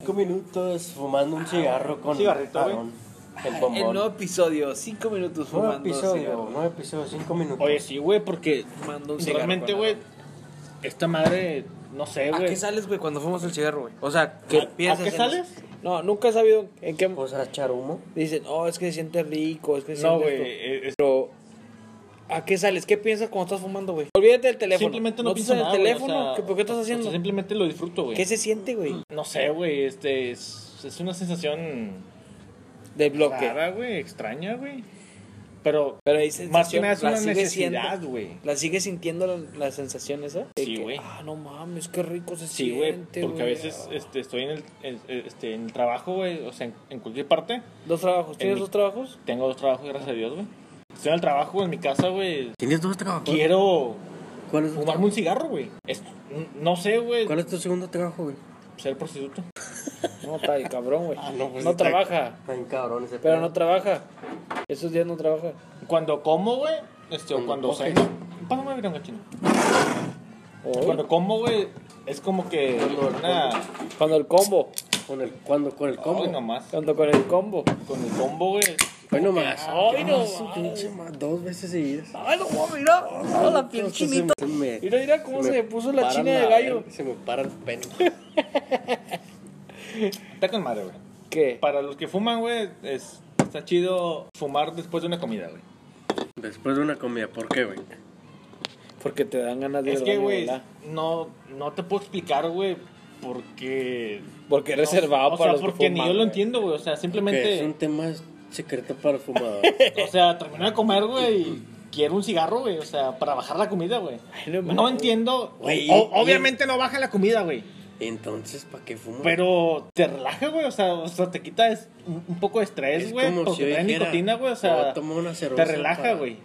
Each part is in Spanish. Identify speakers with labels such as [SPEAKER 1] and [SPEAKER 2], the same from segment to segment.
[SPEAKER 1] Cinco minutos fumando un cigarro con
[SPEAKER 2] cigarrito, güey.
[SPEAKER 1] Aarón, el
[SPEAKER 3] El
[SPEAKER 1] bombón.
[SPEAKER 3] nuevo episodio, 5 minutos
[SPEAKER 1] Nuevo
[SPEAKER 3] fumando.
[SPEAKER 1] episodio,
[SPEAKER 3] cigarro.
[SPEAKER 1] nuevo episodio, cinco minutos.
[SPEAKER 2] Oye, sí, güey, porque
[SPEAKER 3] Fumando un cigarro
[SPEAKER 2] realmente,
[SPEAKER 3] con
[SPEAKER 2] güey,
[SPEAKER 3] Aarón.
[SPEAKER 2] esta madre, no sé,
[SPEAKER 3] ¿A
[SPEAKER 2] güey.
[SPEAKER 3] qué sales, güey, cuando fumas el cigarro, güey? O sea, ¿qué
[SPEAKER 2] ¿A- a
[SPEAKER 3] piensas?
[SPEAKER 2] qué
[SPEAKER 3] en-
[SPEAKER 2] sales?
[SPEAKER 3] No, nunca he sabido en qué...
[SPEAKER 1] Pues a echar humo.
[SPEAKER 3] Dicen, oh, es que se siente rico, es que se
[SPEAKER 2] No,
[SPEAKER 3] siente
[SPEAKER 2] güey,
[SPEAKER 3] esto".
[SPEAKER 2] eh, es-
[SPEAKER 3] Pero, ¿a qué sales? ¿Qué piensas cuando estás fumando, güey? Olvídate del teléfono.
[SPEAKER 2] simplemente no, pienso
[SPEAKER 3] piensas en
[SPEAKER 2] nada,
[SPEAKER 3] el
[SPEAKER 2] güey,
[SPEAKER 3] teléfono?
[SPEAKER 2] o sea,
[SPEAKER 3] ¿Qué- ¿Por qué estás
[SPEAKER 2] o sea,
[SPEAKER 3] haciendo?
[SPEAKER 2] simplemente lo disfruto, güey.
[SPEAKER 3] ¿Qué se siente, güey?
[SPEAKER 2] No sé, güey, este es, es una sensación
[SPEAKER 3] Del bloque.
[SPEAKER 2] rara, güey, extraña, güey. Pero
[SPEAKER 3] Pero ahí
[SPEAKER 2] más que
[SPEAKER 3] sensación,
[SPEAKER 2] nada es
[SPEAKER 3] la
[SPEAKER 2] una
[SPEAKER 3] sigue siendo.
[SPEAKER 2] necesidad, güey.
[SPEAKER 3] ¿La sigues sintiendo la, la sensación esa? De
[SPEAKER 2] Sí,
[SPEAKER 3] que,
[SPEAKER 2] güey.
[SPEAKER 3] Ah, no mames, qué rico se
[SPEAKER 2] Sí, güey,
[SPEAKER 3] siente,
[SPEAKER 2] porque a veces este, estoy en el, en- este, en el trabajo, güey, o sea, en, en cualquier parte.
[SPEAKER 3] ¿Dos trabajos? ¿Tienes
[SPEAKER 2] mi-
[SPEAKER 3] dos trabajos?
[SPEAKER 2] Tengo dos trabajos, gracias a Dios, güey. Estoy en el trabajo, en mi casa, güey.
[SPEAKER 1] ¿Tienes dos trabajos?
[SPEAKER 3] Pues,
[SPEAKER 2] Quiero
[SPEAKER 1] ¿Cuál es,
[SPEAKER 2] fumarme un cigarro, güey. Es- No sé, güey,
[SPEAKER 1] ¿Cuál es tu segundo trabajo, güey?
[SPEAKER 2] ser prostituto.
[SPEAKER 3] No, está el cabrón, güey.
[SPEAKER 2] Ah, no, pues, está-
[SPEAKER 3] trabaja,
[SPEAKER 1] Ay, cabrón, ese
[SPEAKER 3] pero
[SPEAKER 1] pedo.
[SPEAKER 3] no trabaja. Esos días no trabaja.
[SPEAKER 2] Cuando como, güey, este,
[SPEAKER 3] Mm,
[SPEAKER 2] o cuando
[SPEAKER 1] coges.
[SPEAKER 2] salgo. Pásame el gachino.
[SPEAKER 3] Hoy,
[SPEAKER 2] Cuando como, güey, es como que
[SPEAKER 1] Cuando-
[SPEAKER 2] una.
[SPEAKER 3] Cuando el combo,
[SPEAKER 1] Con el, cuando, con el combo.
[SPEAKER 2] Ay, nomás.
[SPEAKER 3] cuando con el combo.
[SPEAKER 2] Con el combo, güey.
[SPEAKER 1] Hoy nomás.
[SPEAKER 3] Ay, no,
[SPEAKER 1] Su pinche ma- Dos veces seguidas.
[SPEAKER 3] Ay, no, güey, mira, mira la piel
[SPEAKER 1] Entonces,
[SPEAKER 3] chinita.
[SPEAKER 1] se me-
[SPEAKER 3] Mira, mira cómo se
[SPEAKER 1] me
[SPEAKER 3] me puso la
[SPEAKER 1] paran
[SPEAKER 3] china de
[SPEAKER 1] la
[SPEAKER 3] gallo.
[SPEAKER 1] verga, Se me para el pene.
[SPEAKER 2] Está con madre, güey.
[SPEAKER 3] ¿Qué?
[SPEAKER 2] Para los que fuman, güey, es, está chido fumar después de una comida, güey.
[SPEAKER 1] Después de una comida, ¿por qué, güey?
[SPEAKER 3] Porque te dan ganas de ir
[SPEAKER 2] Es
[SPEAKER 3] al
[SPEAKER 2] que,
[SPEAKER 3] baño,
[SPEAKER 2] güey,
[SPEAKER 3] ¿verdad?
[SPEAKER 2] no, no te puedo explicar, güey, porque.
[SPEAKER 3] Porque es reservado
[SPEAKER 2] o sea,
[SPEAKER 3] para los
[SPEAKER 2] porque
[SPEAKER 3] que fuman,
[SPEAKER 2] ni yo lo
[SPEAKER 3] güey.
[SPEAKER 2] entiendo, güey. O sea,
[SPEAKER 1] Que es
[SPEAKER 2] simplemente.
[SPEAKER 1] un tema secreto para el fumador.
[SPEAKER 2] O sea, termino de comer, güey, y quiero un cigarro, güey. O sea, para bajar la comida, güey.
[SPEAKER 3] Ay, no
[SPEAKER 2] No,
[SPEAKER 3] mames.
[SPEAKER 2] entiendo.
[SPEAKER 1] Güey,
[SPEAKER 2] O-
[SPEAKER 1] y-
[SPEAKER 2] obviamente no baja la comida, güey.
[SPEAKER 1] Entonces, ¿para qué fumo?
[SPEAKER 2] Pero te relaja, güey. O sea, o sea, te quita es- un un poco de estrés,
[SPEAKER 1] Es
[SPEAKER 2] güey.
[SPEAKER 1] como
[SPEAKER 2] Porque
[SPEAKER 1] si yo
[SPEAKER 2] trae
[SPEAKER 1] dijera,
[SPEAKER 2] nicotina, güey. O
[SPEAKER 1] me voy
[SPEAKER 2] sea,
[SPEAKER 1] a tomar una
[SPEAKER 2] te
[SPEAKER 1] cerveza
[SPEAKER 2] relaja,
[SPEAKER 1] para-
[SPEAKER 2] güey.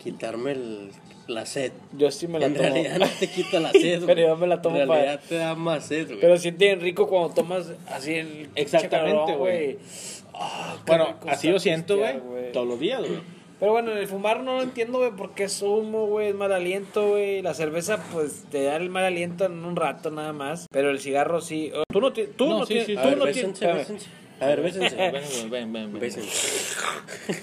[SPEAKER 1] quitarme el, la sed.
[SPEAKER 3] Yo sí me la
[SPEAKER 1] en
[SPEAKER 3] tomo.
[SPEAKER 1] realidad no te quita la sed, güey.
[SPEAKER 3] Pero yo me la tomo
[SPEAKER 1] En realidad
[SPEAKER 3] para-
[SPEAKER 1] te da más sed, güey.
[SPEAKER 3] Pero siente bien rico cuando tomas así el.
[SPEAKER 2] Exactamente,
[SPEAKER 3] chacarrón,
[SPEAKER 2] güey.
[SPEAKER 3] Ah, qué
[SPEAKER 2] Bueno,
[SPEAKER 3] rico
[SPEAKER 2] así
[SPEAKER 3] está
[SPEAKER 2] yo siento,
[SPEAKER 3] pistear,
[SPEAKER 2] güey. Todos los días, güey.
[SPEAKER 3] Pero bueno, en el fumar no lo entiendo, güey, porque es humo, güey, es mal aliento, güey. La cerveza, pues, te da el mal aliento en un rato nada más. Pero el cigarro sí. Oh, Tú no, ti- tú
[SPEAKER 2] No,
[SPEAKER 3] no,
[SPEAKER 2] sí,
[SPEAKER 3] tienes.
[SPEAKER 2] sí,
[SPEAKER 1] a
[SPEAKER 2] tú
[SPEAKER 1] ver,
[SPEAKER 2] no
[SPEAKER 1] bésense,
[SPEAKER 2] tienes-
[SPEAKER 1] bésense. A ver, bésense.
[SPEAKER 2] Ven, güey, ven, ven, ven.
[SPEAKER 1] bésense.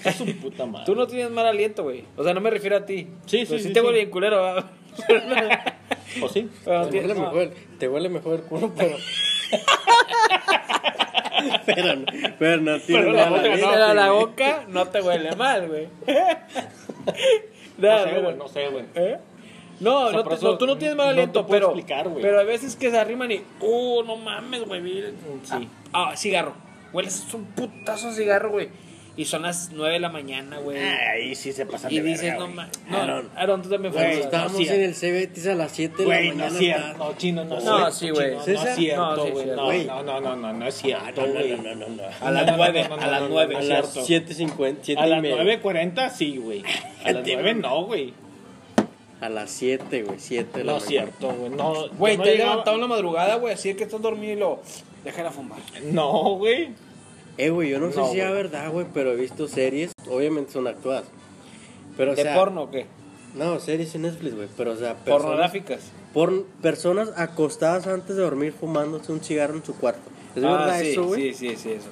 [SPEAKER 2] Es su puta madre.
[SPEAKER 3] Tú no tienes mal aliento, güey. O sea, no me refiero a ti.
[SPEAKER 2] Sí, sí,
[SPEAKER 3] Pero
[SPEAKER 2] sí,
[SPEAKER 3] te
[SPEAKER 2] sí.
[SPEAKER 3] huele bien culero, ¿verdad? Pero no-
[SPEAKER 2] ¿O sí?
[SPEAKER 3] pero no
[SPEAKER 1] Te
[SPEAKER 3] tienes-
[SPEAKER 1] huele,
[SPEAKER 3] no.
[SPEAKER 1] mejor, te huele mejor el culo, pero... pero, no- pero no tiene
[SPEAKER 3] Pero
[SPEAKER 1] nada
[SPEAKER 3] la boca,
[SPEAKER 1] de-
[SPEAKER 3] no, pero la boca no te huele mal, güey. Nada,
[SPEAKER 2] No sé,
[SPEAKER 3] pero-
[SPEAKER 2] güey, no sé, güey.
[SPEAKER 3] ¿Eh? No,
[SPEAKER 2] O sea,
[SPEAKER 3] no,
[SPEAKER 2] por
[SPEAKER 3] te-
[SPEAKER 2] eso
[SPEAKER 3] no, tú no tienes mal
[SPEAKER 2] no te
[SPEAKER 3] aliento,
[SPEAKER 2] puedo
[SPEAKER 3] pero,
[SPEAKER 2] explicar, güey.
[SPEAKER 3] pero a veces que se arriman y, uh, no mames, güey, mira".
[SPEAKER 2] Sí.
[SPEAKER 3] Ah, ah, cigarro. Hueles un putazo de cigarro, güey. Y son las 9 de la mañana, güey.
[SPEAKER 2] Ahí sí se pasan
[SPEAKER 3] y
[SPEAKER 2] de
[SPEAKER 3] dices,
[SPEAKER 2] Ah, verga,
[SPEAKER 3] no
[SPEAKER 2] güey. Ah,
[SPEAKER 3] mames. No,
[SPEAKER 1] Aaron.
[SPEAKER 3] Aaron, tú también
[SPEAKER 1] Cuando
[SPEAKER 2] Güey,
[SPEAKER 3] fumas.
[SPEAKER 1] estábamos
[SPEAKER 2] no es
[SPEAKER 1] en el CBT a las 7 de
[SPEAKER 2] Güey,
[SPEAKER 1] la
[SPEAKER 2] no
[SPEAKER 1] mañana.
[SPEAKER 2] es cierto.
[SPEAKER 1] estaba-
[SPEAKER 2] No, chino, no, es
[SPEAKER 3] No,
[SPEAKER 2] cierto,
[SPEAKER 3] sí, güey.
[SPEAKER 2] chino, No
[SPEAKER 1] César,
[SPEAKER 2] es
[SPEAKER 3] no, sí,
[SPEAKER 2] cierto, güey.
[SPEAKER 3] sí,
[SPEAKER 2] No,
[SPEAKER 1] güey.
[SPEAKER 2] no, no, no, no, no es
[SPEAKER 1] Ah,
[SPEAKER 2] cierto,
[SPEAKER 1] no, no,
[SPEAKER 2] güey.
[SPEAKER 1] no, no, no.
[SPEAKER 3] A las nueve,
[SPEAKER 2] no, no,
[SPEAKER 3] a
[SPEAKER 2] no,
[SPEAKER 3] las
[SPEAKER 2] no,
[SPEAKER 3] nueve.
[SPEAKER 2] no
[SPEAKER 1] A
[SPEAKER 2] es
[SPEAKER 1] las
[SPEAKER 2] cierto.
[SPEAKER 1] 7.50, 7
[SPEAKER 2] A
[SPEAKER 1] y
[SPEAKER 2] las
[SPEAKER 1] media.
[SPEAKER 2] 9.40 sí, güey. A las
[SPEAKER 1] Te
[SPEAKER 2] 9 no, güey.
[SPEAKER 1] A las 7, güey, 7 de la
[SPEAKER 2] No es
[SPEAKER 1] mañana.
[SPEAKER 2] cierto, güey. No,
[SPEAKER 3] Güey,
[SPEAKER 2] yo no
[SPEAKER 3] te he
[SPEAKER 2] llegaba-
[SPEAKER 3] levantado en la madrugada, güey, así que estás dormido y lo. Déjala fumar.
[SPEAKER 2] No, güey.
[SPEAKER 1] Eh, güey, yo no, sé
[SPEAKER 2] No,
[SPEAKER 1] si sea
[SPEAKER 2] güey.
[SPEAKER 1] verdad, güey, pero he visto series, obviamente son actuadas. Pero, o
[SPEAKER 3] ¿De
[SPEAKER 1] sea,
[SPEAKER 3] porno o qué?
[SPEAKER 1] No, series en Netflix, güey, pero, o sea, personas,
[SPEAKER 3] Pornográficas.
[SPEAKER 1] porn- personas acostadas antes de dormir fumándose un cigarro en su cuarto. ¿Es verdad
[SPEAKER 3] Ah, sí,
[SPEAKER 1] eso, güey?
[SPEAKER 3] sí, sí, sí, eso.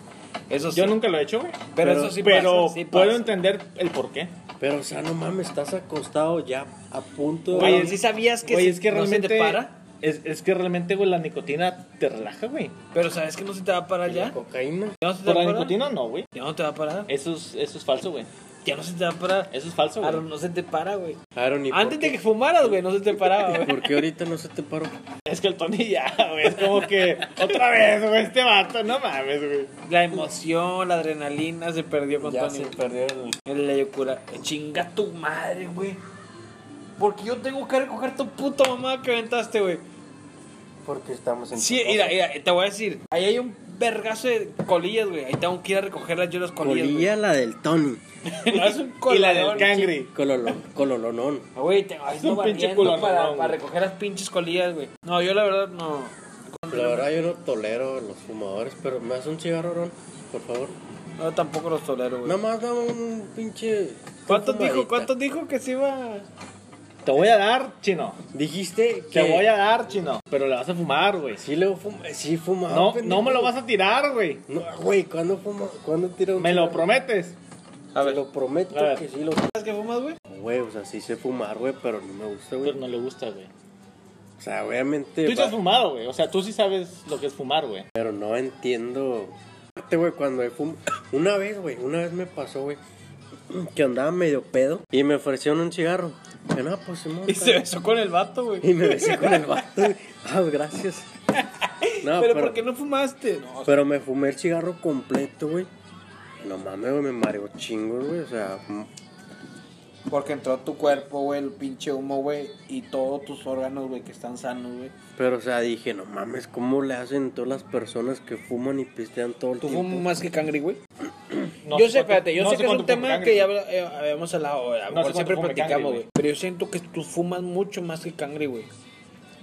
[SPEAKER 3] Eso sí.
[SPEAKER 2] Yo nunca lo he hecho, güey.
[SPEAKER 3] Pero eso sí
[SPEAKER 2] Pero
[SPEAKER 3] pasa, sí
[SPEAKER 2] puedo
[SPEAKER 3] pasa.
[SPEAKER 2] entender el por qué.
[SPEAKER 1] Pero, o sea, no mames, estás acostado ya a punto de...
[SPEAKER 3] Güey,
[SPEAKER 2] Güey,
[SPEAKER 3] sí sabías que,
[SPEAKER 2] Güey,
[SPEAKER 3] si
[SPEAKER 2] es que
[SPEAKER 3] no
[SPEAKER 2] realmente...
[SPEAKER 3] se te para,
[SPEAKER 2] Es, es que realmente, güey, la nicotina te relaja, güey.
[SPEAKER 3] pero sabes que no se te va a parar
[SPEAKER 1] la
[SPEAKER 3] ya.
[SPEAKER 1] cocaína.
[SPEAKER 3] ¿Ya no se te
[SPEAKER 2] Por
[SPEAKER 3] va
[SPEAKER 2] la
[SPEAKER 3] a parar?
[SPEAKER 2] nicotina, no, güey.
[SPEAKER 3] Ya no te va a parar.
[SPEAKER 2] Eso es, eso es falso, güey.
[SPEAKER 3] Ya no se te va a parar.
[SPEAKER 2] Eso es falso,
[SPEAKER 3] Ahora
[SPEAKER 2] güey.
[SPEAKER 3] no se te para, güey.
[SPEAKER 1] Aaron, ¿y por
[SPEAKER 3] Antes de
[SPEAKER 1] qué?
[SPEAKER 3] que fumaras, güey, no se te paraba, güey.
[SPEAKER 1] ¿Por qué ahorita no se te paró?
[SPEAKER 2] Es que el Tony ya, güey. Es como que otra vez, güey, este vato. No mames, güey.
[SPEAKER 3] La emoción, la adrenalina se perdió con
[SPEAKER 1] Ya
[SPEAKER 3] Tony.
[SPEAKER 1] se perdió el...
[SPEAKER 3] En La locura. Chinga tu madre, güey. Porque yo tengo que recoger tu puta mamá que aventaste, güey.
[SPEAKER 1] Porque estamos en...
[SPEAKER 3] Sí, mira, mira, te voy a decir. Ahí hay un vergazo de colillas, güey. Ahí tengo que ir a recogerlas yo las colillas.
[SPEAKER 1] Colilla la del Tony.
[SPEAKER 3] güey. No, es un
[SPEAKER 2] Y la del
[SPEAKER 3] colador,
[SPEAKER 2] cangri.
[SPEAKER 1] Cololo- Cololonón.
[SPEAKER 3] Ah, Güey, te vas
[SPEAKER 2] Es un pinche
[SPEAKER 3] barriendo
[SPEAKER 2] culo,
[SPEAKER 3] para,
[SPEAKER 2] no, no,
[SPEAKER 3] para
[SPEAKER 2] güey.
[SPEAKER 3] recoger las pinches colillas, güey. No, yo la verdad no.
[SPEAKER 1] Pues La verdad yo no tolero los fumadores, pero me hace un cigarro, Ron, por favor.
[SPEAKER 3] No, tampoco los tolero, güey.
[SPEAKER 1] Nada más dame un pinche...
[SPEAKER 3] ¿Cuántos dijo,
[SPEAKER 1] fumadita.
[SPEAKER 3] cuántos dijo que se iba?
[SPEAKER 2] Te voy a dar, chino.
[SPEAKER 1] Dijiste que.
[SPEAKER 2] Te voy a dar, chino. Pero le vas a fumar, güey.
[SPEAKER 1] Sí, lo fuma. Sí,
[SPEAKER 3] Ah,
[SPEAKER 1] fumaba.
[SPEAKER 2] No,
[SPEAKER 1] pendejo.
[SPEAKER 2] no me lo vas a tirar, güey.
[SPEAKER 1] No, güey, ¿cuándo fuma? ¿Cuándo tira un
[SPEAKER 2] Me lo
[SPEAKER 1] cigarro?
[SPEAKER 2] prometes.
[SPEAKER 3] A
[SPEAKER 1] Te
[SPEAKER 3] ver,
[SPEAKER 1] lo prometo
[SPEAKER 2] A ver.
[SPEAKER 1] que sí lo
[SPEAKER 3] ¿sabes qué fumas, güey?
[SPEAKER 1] Güey, o sea, sí sé fumar, güey, pero no me gusta, güey.
[SPEAKER 2] Pero Pues no le gusta, güey.
[SPEAKER 1] O sea, obviamente.
[SPEAKER 2] Tú sí
[SPEAKER 1] va-
[SPEAKER 2] has fumado, güey. O sea, tú sí sabes lo que es fumar, güey.
[SPEAKER 1] Pero no entiendo. Aparte, güey, cuando he fum- Una vez, güey, una vez me pasó, güey, que andaba medio pedo y me ofrecieron un cigarro. Que no, pues Simón,
[SPEAKER 3] Y se
[SPEAKER 1] está-
[SPEAKER 3] besó con el vato, güey.
[SPEAKER 1] Y me besé con el vato. güey. Ah, gracias. No,
[SPEAKER 3] pero,
[SPEAKER 1] pero,
[SPEAKER 3] ¿por qué no fumaste? No,
[SPEAKER 1] pero me fumé el cigarro completo, güey. No mames, güey, me mareó chingos, güey. O sea, mm,
[SPEAKER 3] porque entró a tu cuerpo, güey, el pinche humo, güey, y todos tus órganos, güey, que están sanos, güey.
[SPEAKER 1] pero o sea, dije, no mames, ¿cómo le hacen todas las personas que fuman y pistean todo el
[SPEAKER 3] ¿Tú
[SPEAKER 1] tiempo?
[SPEAKER 3] fumas más que cangri, güey?
[SPEAKER 2] No
[SPEAKER 3] yo
[SPEAKER 2] cuánto-
[SPEAKER 3] sé, espérate, yo
[SPEAKER 2] no
[SPEAKER 3] sé que es
[SPEAKER 2] cuánto
[SPEAKER 3] un tema
[SPEAKER 2] fume
[SPEAKER 3] que ya
[SPEAKER 2] Cangri.
[SPEAKER 3] habla- eh, habíamos hablado, a lo
[SPEAKER 2] sé
[SPEAKER 3] mejor
[SPEAKER 2] cuánto
[SPEAKER 3] siempre
[SPEAKER 2] fume Cangri,
[SPEAKER 3] platicamos,
[SPEAKER 2] güey.
[SPEAKER 3] güey. Pero yo siento que tú fumas mucho más que cangri, güey.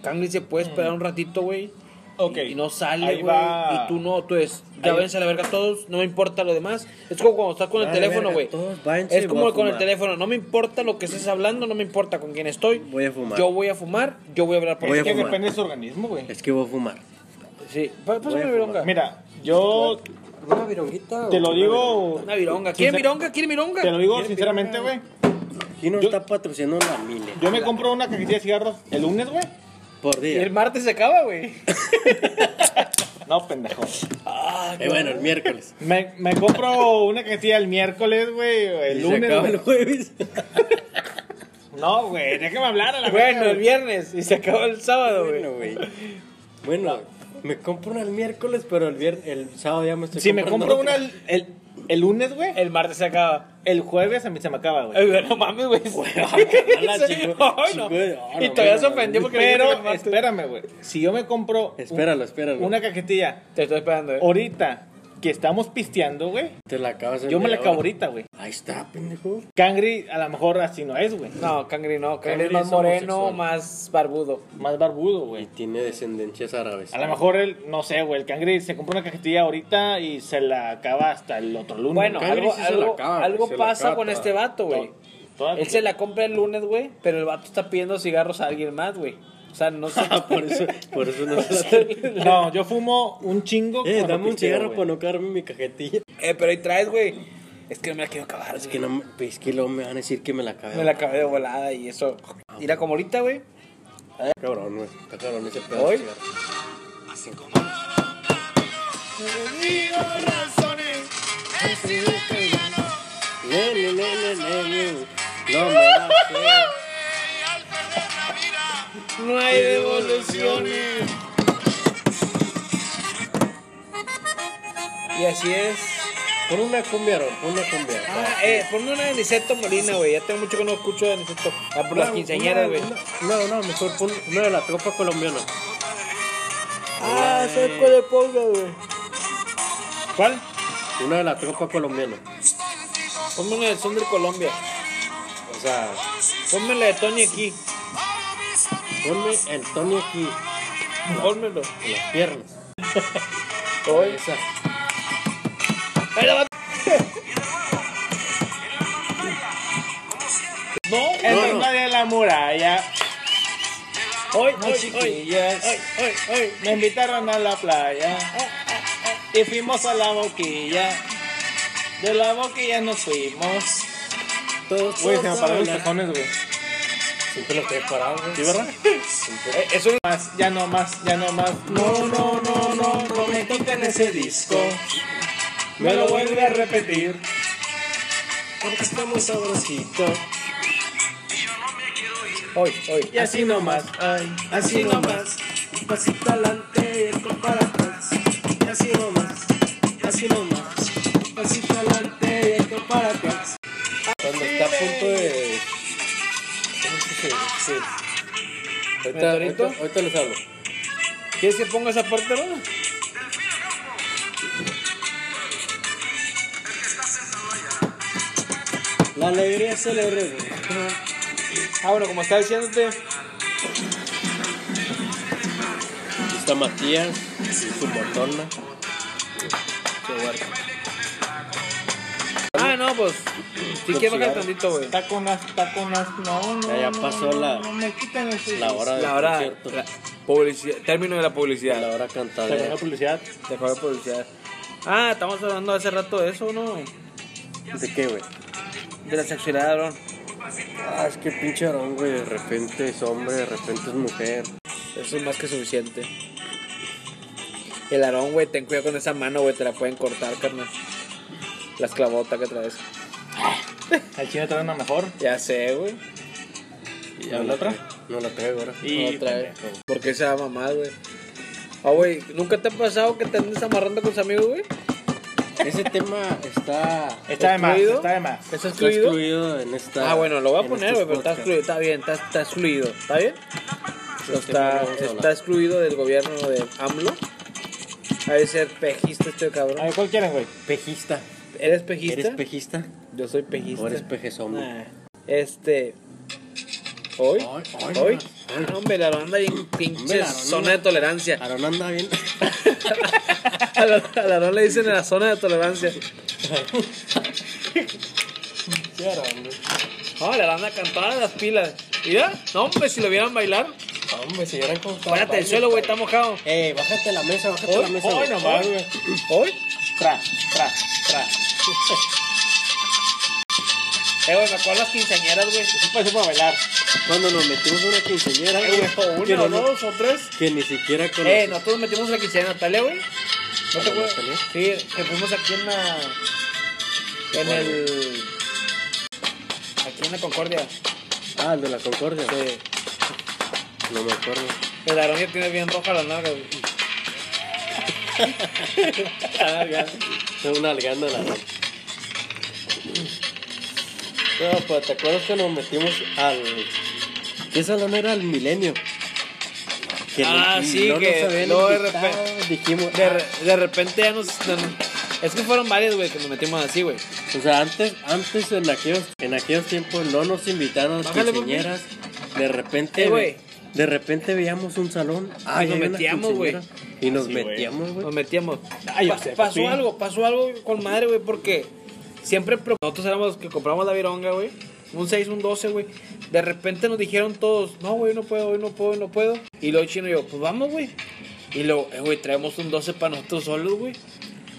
[SPEAKER 3] Cangri se puede esperar un ratito, güey.
[SPEAKER 2] Mm. Ok.
[SPEAKER 3] Y, y no sale,
[SPEAKER 2] Ahí
[SPEAKER 3] güey.
[SPEAKER 2] va.
[SPEAKER 3] Y tú no, tú es. Ya
[SPEAKER 2] Ahí-
[SPEAKER 3] váyanse a la verga todos, no me importa lo demás. Es como cuando estás con el
[SPEAKER 1] Vale,
[SPEAKER 3] teléfono,
[SPEAKER 1] verga,
[SPEAKER 3] güey.
[SPEAKER 1] todos váyanse y
[SPEAKER 3] Es
[SPEAKER 1] voy
[SPEAKER 3] como
[SPEAKER 1] a
[SPEAKER 3] con el
[SPEAKER 1] fumar.
[SPEAKER 3] teléfono, no me importa lo que estés hablando, no me importa con quién estoy.
[SPEAKER 1] Voy a fumar.
[SPEAKER 3] Yo voy a fumar, yo voy a hablar por
[SPEAKER 1] Voy a
[SPEAKER 2] Es que
[SPEAKER 1] fumar.
[SPEAKER 2] depende de su organismo, güey.
[SPEAKER 1] Es que voy a fumar.
[SPEAKER 3] Sí. Pa-
[SPEAKER 1] Voy a
[SPEAKER 3] Pásame
[SPEAKER 1] fumar.
[SPEAKER 3] una vironga.
[SPEAKER 2] Mira, yo
[SPEAKER 1] ¿Una vironguita?
[SPEAKER 2] te lo digo.
[SPEAKER 3] Una vironga. ¿Quiere
[SPEAKER 2] sincer-
[SPEAKER 3] vironga? ¿Quiere vironga?
[SPEAKER 2] Te lo digo sinceramente, güey.
[SPEAKER 1] Aquí no
[SPEAKER 2] Yo-
[SPEAKER 1] está patrocinando la mile.
[SPEAKER 2] Yo me compro una cajetilla de cigarros el lunes, güey.
[SPEAKER 1] Por
[SPEAKER 3] Y
[SPEAKER 1] día.
[SPEAKER 3] el martes se acaba, güey.
[SPEAKER 2] No, pendejo.
[SPEAKER 1] Eh, bueno, el miércoles.
[SPEAKER 2] Me, me compro una cajetilla el miércoles, güey. o El
[SPEAKER 1] Y se
[SPEAKER 2] lunes.
[SPEAKER 1] acaba
[SPEAKER 2] güey.
[SPEAKER 1] el jueves.
[SPEAKER 2] No, güey, déjame hablar a la
[SPEAKER 3] Bueno,
[SPEAKER 2] verga,
[SPEAKER 3] el viernes y se acaba el sábado, güey.
[SPEAKER 1] bueno, güey. Bueno, me compro una el miércoles, pero el, vier- el sábado ya me estoy
[SPEAKER 2] Si me
[SPEAKER 1] comprando
[SPEAKER 2] compro una
[SPEAKER 1] otra.
[SPEAKER 2] el, el, el lunes, güey,
[SPEAKER 3] El martes se acaba.
[SPEAKER 2] el jueves a mí se me acaba, güey.
[SPEAKER 3] Ay, güey, no mames, güey.
[SPEAKER 1] ojalá,
[SPEAKER 3] Sí,
[SPEAKER 1] chico.
[SPEAKER 3] ay,
[SPEAKER 1] Chico,
[SPEAKER 3] no.
[SPEAKER 1] no,
[SPEAKER 3] Y
[SPEAKER 1] no,
[SPEAKER 3] todavía
[SPEAKER 1] no, este
[SPEAKER 3] se
[SPEAKER 1] no,
[SPEAKER 3] ofendió porque le dije que el
[SPEAKER 2] Pero
[SPEAKER 3] martes.
[SPEAKER 2] espérame, güey. Si yo me compro un-
[SPEAKER 1] Espéralo, espéralo.
[SPEAKER 2] una cajetilla
[SPEAKER 3] Te estoy esperando, eh.
[SPEAKER 2] ahorita que estamos pisteando, güey,
[SPEAKER 1] Te la acabas en
[SPEAKER 2] yo me la
[SPEAKER 1] media
[SPEAKER 2] acabo
[SPEAKER 1] hora.
[SPEAKER 2] ahorita, güey.
[SPEAKER 1] Ahí está, pendejo.
[SPEAKER 2] Cangri a lo mejor así no es, güey.
[SPEAKER 3] No, Cangri no. Cangri
[SPEAKER 1] Cangri
[SPEAKER 3] es más
[SPEAKER 1] es
[SPEAKER 3] moreno,
[SPEAKER 1] homosexual.
[SPEAKER 3] más barbudo.
[SPEAKER 2] Más barbudo,
[SPEAKER 1] Y
[SPEAKER 2] güey.
[SPEAKER 1] tiene descendencias árabes.
[SPEAKER 2] A lo mejor él, no sé, güey, el Cangri se compra una cajetilla ahorita y se la acaba hasta el otro lunes.
[SPEAKER 3] Bueno,
[SPEAKER 1] Cangri
[SPEAKER 3] algo,
[SPEAKER 1] sí se la
[SPEAKER 3] algo,
[SPEAKER 1] acaba, güey,
[SPEAKER 3] algo
[SPEAKER 1] se la
[SPEAKER 3] pasa
[SPEAKER 1] acaba
[SPEAKER 3] con
[SPEAKER 1] toda.
[SPEAKER 3] este vato,
[SPEAKER 2] güey.
[SPEAKER 3] güey.
[SPEAKER 2] Toda-
[SPEAKER 3] Él se la compra el lunes, güey, pero el vato está pidiendo cigarros a alguien más, güey. O sea, no sé.
[SPEAKER 1] Ah, por eso, por eso no se la
[SPEAKER 2] No, yo fumo un chingo.
[SPEAKER 1] Eh,
[SPEAKER 2] cuando
[SPEAKER 1] dame un
[SPEAKER 2] pisteo,
[SPEAKER 1] cigarro
[SPEAKER 2] güey.
[SPEAKER 1] para no cagarme mi cajetilla. Ah,
[SPEAKER 3] eh, pero ahí traes, güey. Es que no me la quiero acabar,
[SPEAKER 1] Es que, no, me- pues, es que luego me van a decir que me la Ah, acabé.
[SPEAKER 3] Me la acabé de volada y eso. Mira, como ahorita, güey.
[SPEAKER 1] Cabrón, güey. Está cabrón ese pedazo
[SPEAKER 3] ¿Hoy?
[SPEAKER 1] de cigarro. Ne, ne, ne, ne, ne, ne. No me da fe.
[SPEAKER 3] No hay devoluciones. Y así es.
[SPEAKER 1] Pon una cumbia, Aaron, pon una cumbia.
[SPEAKER 3] Ah, eh, ponme una de Niceto Molina, güey. Ya tengo mucho que no escucho de Niceto. Ah, por las
[SPEAKER 1] Una-
[SPEAKER 3] quinceañeras,
[SPEAKER 1] una-
[SPEAKER 3] güey.
[SPEAKER 1] No, no, mejor pon una de la tropa colombiana.
[SPEAKER 3] Ah, ¿sabes cuál es ponga, güey?
[SPEAKER 2] ¿Cuál?
[SPEAKER 1] Una de la tropa colombiana.
[SPEAKER 3] Ponme una de Son de Colombia.
[SPEAKER 1] O sea,
[SPEAKER 3] Ponme la de Tony aquí.
[SPEAKER 1] ponme el Tony aquí
[SPEAKER 3] Pónmelo.
[SPEAKER 1] en las piernas.
[SPEAKER 3] Hoy.
[SPEAKER 1] Esa.
[SPEAKER 3] Ahí la va- No,
[SPEAKER 2] El
[SPEAKER 1] No,
[SPEAKER 2] no,
[SPEAKER 1] no.
[SPEAKER 2] de la muralla.
[SPEAKER 3] hoy,
[SPEAKER 2] No,
[SPEAKER 3] hoy, hoy.
[SPEAKER 2] chiquillas.
[SPEAKER 3] Hoy, hoy, hoy.
[SPEAKER 2] Me invitaron a la playa. Y fuimos a la boquilla. De la boquilla nos fuimos.
[SPEAKER 1] Todos.
[SPEAKER 2] Güey, se me
[SPEAKER 1] todos
[SPEAKER 2] pararon los
[SPEAKER 1] bailar.
[SPEAKER 2] tacones, güey.
[SPEAKER 1] Siempre lo tengo parado, güey.
[SPEAKER 2] ¿Sí, verdad?
[SPEAKER 3] Eh, Eso es
[SPEAKER 2] Más, ya no más, ya no más. No, no, no, no, no me quiten ese disco. Me lo vuelve a repetir.
[SPEAKER 1] Porque está muy sabrosito.
[SPEAKER 3] hoy, hoy.
[SPEAKER 2] Y así nomás, ay, así nomás.
[SPEAKER 1] Un pasito adelante y otro para atrás. Y así nomás. Y así nomás. Un pasito adelante y otro para atrás. Cuando está a punto de. ¿Cómo es que se dice? Ahorita,
[SPEAKER 3] ¿Meteorito?
[SPEAKER 1] ahorita, ahorita les hablo.
[SPEAKER 3] ¿Quieres que ponga esa parte, no?
[SPEAKER 1] La alegría se le reúne.
[SPEAKER 3] Ah, bueno, como estaba diciéndote.
[SPEAKER 1] Está Matías y su mortona.
[SPEAKER 3] Ah, no, No, pues, si quieres bajar tantito, güey.
[SPEAKER 2] Taco unas, taco unas, no, no.
[SPEAKER 1] Ya, ya pasó
[SPEAKER 2] no,
[SPEAKER 1] la-
[SPEAKER 2] No me quitan ese.
[SPEAKER 1] la hora del
[SPEAKER 3] La hora,
[SPEAKER 1] concierto.
[SPEAKER 3] la publicidad, término de la publicidad.
[SPEAKER 1] la hora
[SPEAKER 2] ¿Te
[SPEAKER 1] cantadera.
[SPEAKER 2] acuerdas publicidad?
[SPEAKER 3] Te acuerdas de publicidad. Ah, estamos hablando hace rato de eso, ¿no?
[SPEAKER 1] ¿De qué, güey?
[SPEAKER 3] De la sexualidad, Aaron.
[SPEAKER 1] Ah, es que pinche Aarón, güey. De repente es hombre, de repente es mujer.
[SPEAKER 3] Eso es más que suficiente. El Aarón, güey, ten cuidado con esa mano, güey, te la pueden cortar, carnal. La esclavota que traes.
[SPEAKER 2] Al chino trae una mejor.
[SPEAKER 3] Ya sé, güey.
[SPEAKER 1] ¿Y
[SPEAKER 2] la otra?
[SPEAKER 1] No la traigo ahora.
[SPEAKER 2] Y
[SPEAKER 3] Otra vez. ¿Por qué se va a mamar, güey? Ah, güey, ¿nunca te ha pasado que te andes amarrando con tus amigos, güey?
[SPEAKER 1] Ese tema está.
[SPEAKER 2] Está de más,
[SPEAKER 3] ¿Excluido?
[SPEAKER 2] está de más.
[SPEAKER 3] ¿Estás
[SPEAKER 1] está
[SPEAKER 3] excluido?
[SPEAKER 1] excluido en esta.
[SPEAKER 3] Ah, bueno, lo voy a
[SPEAKER 1] en
[SPEAKER 3] poner,
[SPEAKER 1] estos
[SPEAKER 3] güey, pero está
[SPEAKER 1] podcasts.
[SPEAKER 3] excluido, está bien, está, está excluido, ¿está bien?
[SPEAKER 1] Este no
[SPEAKER 3] Está,
[SPEAKER 1] lo vamos a hablar.
[SPEAKER 3] está excluido del gobierno de AMLO. Ha de ser pejista este
[SPEAKER 2] A
[SPEAKER 3] cabrón.
[SPEAKER 2] ver, ¿cuál quieres, güey?
[SPEAKER 1] Pejista.
[SPEAKER 3] ¿Eres pejista?
[SPEAKER 1] ¿Eres pejista?
[SPEAKER 3] Yo soy pejista.
[SPEAKER 1] ¿O eres pejezombre?
[SPEAKER 3] Nah. Este. Hoy.
[SPEAKER 1] Hoy, hoy,
[SPEAKER 3] Hoy.
[SPEAKER 1] hoy.
[SPEAKER 3] No, Hombre, la banda bien pinche
[SPEAKER 1] Hombre, la banda.
[SPEAKER 3] zona de tolerancia.
[SPEAKER 1] Aarón anda bien.
[SPEAKER 3] A la, a la no le dicen en la zona de tolerancia. No, la banda cantaba las pilas. Mira, no, hombre, si lo vieran bailar.
[SPEAKER 2] Hombre, si lloran como
[SPEAKER 3] Párate del suelo, güey, está mojado.
[SPEAKER 1] Ey, bájate la mesa, bájate la
[SPEAKER 2] Hoy,
[SPEAKER 1] mesa.
[SPEAKER 2] hoy
[SPEAKER 1] güey.
[SPEAKER 2] nomás, güey.
[SPEAKER 3] Hoy.
[SPEAKER 2] Tra, tra, tra.
[SPEAKER 3] Eh, güey, me acuerdo las quinceañeras, güey.
[SPEAKER 2] Sí, pues, para bailar.
[SPEAKER 1] Cuando nos metimos una quinceañera,
[SPEAKER 3] Eh, güey, o
[SPEAKER 1] que,
[SPEAKER 3] una, o
[SPEAKER 1] no-
[SPEAKER 3] dos, o tres.
[SPEAKER 1] que ni siquiera con
[SPEAKER 3] Eh, nosotros metimos la quinceañera de Natalia, güey. ¿No te acuerdas?
[SPEAKER 1] Natalia?
[SPEAKER 3] Sí, que fuimos aquí en la. En
[SPEAKER 1] ¿Cuál,
[SPEAKER 3] el. Aquí en la Concordia.
[SPEAKER 1] Ah, el de la Concordia.
[SPEAKER 3] Sí.
[SPEAKER 1] No me acuerdo.
[SPEAKER 3] El Aarón ya tiene bien roja la nalga, güey. Ah, ya.
[SPEAKER 1] Es una alganda la noche. No, pues, ¿te acuerdas que nos metimos al. ¿Qué salón era? Al milenio. Que
[SPEAKER 3] Ah, sí, que
[SPEAKER 1] habían
[SPEAKER 3] luego de
[SPEAKER 1] invitado,
[SPEAKER 3] repente-
[SPEAKER 1] Dijimos. ah,
[SPEAKER 3] De, re- de repente ya nos. nos- Es que fueron varios, güey, que nos metimos así, güey.
[SPEAKER 1] O sea, antes, antes en aquellos, en aquellos tiempos no nos invitaron a las
[SPEAKER 3] Bájale,
[SPEAKER 1] quinceañeras. De repente,
[SPEAKER 3] Eh, güey.
[SPEAKER 1] de repente veíamos un salón.
[SPEAKER 3] Ah,
[SPEAKER 1] y
[SPEAKER 3] nos
[SPEAKER 1] hay una
[SPEAKER 3] metíamos, güey.
[SPEAKER 1] quinceañera. Y nos
[SPEAKER 2] Sí, güey.
[SPEAKER 1] metíamos, güey.
[SPEAKER 3] Nos metíamos. Ah,
[SPEAKER 2] Ay,
[SPEAKER 3] Pa-
[SPEAKER 2] o sea,
[SPEAKER 3] pasó
[SPEAKER 2] sí.
[SPEAKER 3] algo, pasó algo con madre, güey, porque siempre pro- nosotros éramos los que compramos la vironga, güey. Un 6, un 12, güey. De repente nos dijeron todos, no, güey, no puedo, hoy no puedo, hoy no puedo. Y luego chino y yo, pues vamos, güey. Y luego, eh, güey, traemos un 12 para nosotros solos, güey.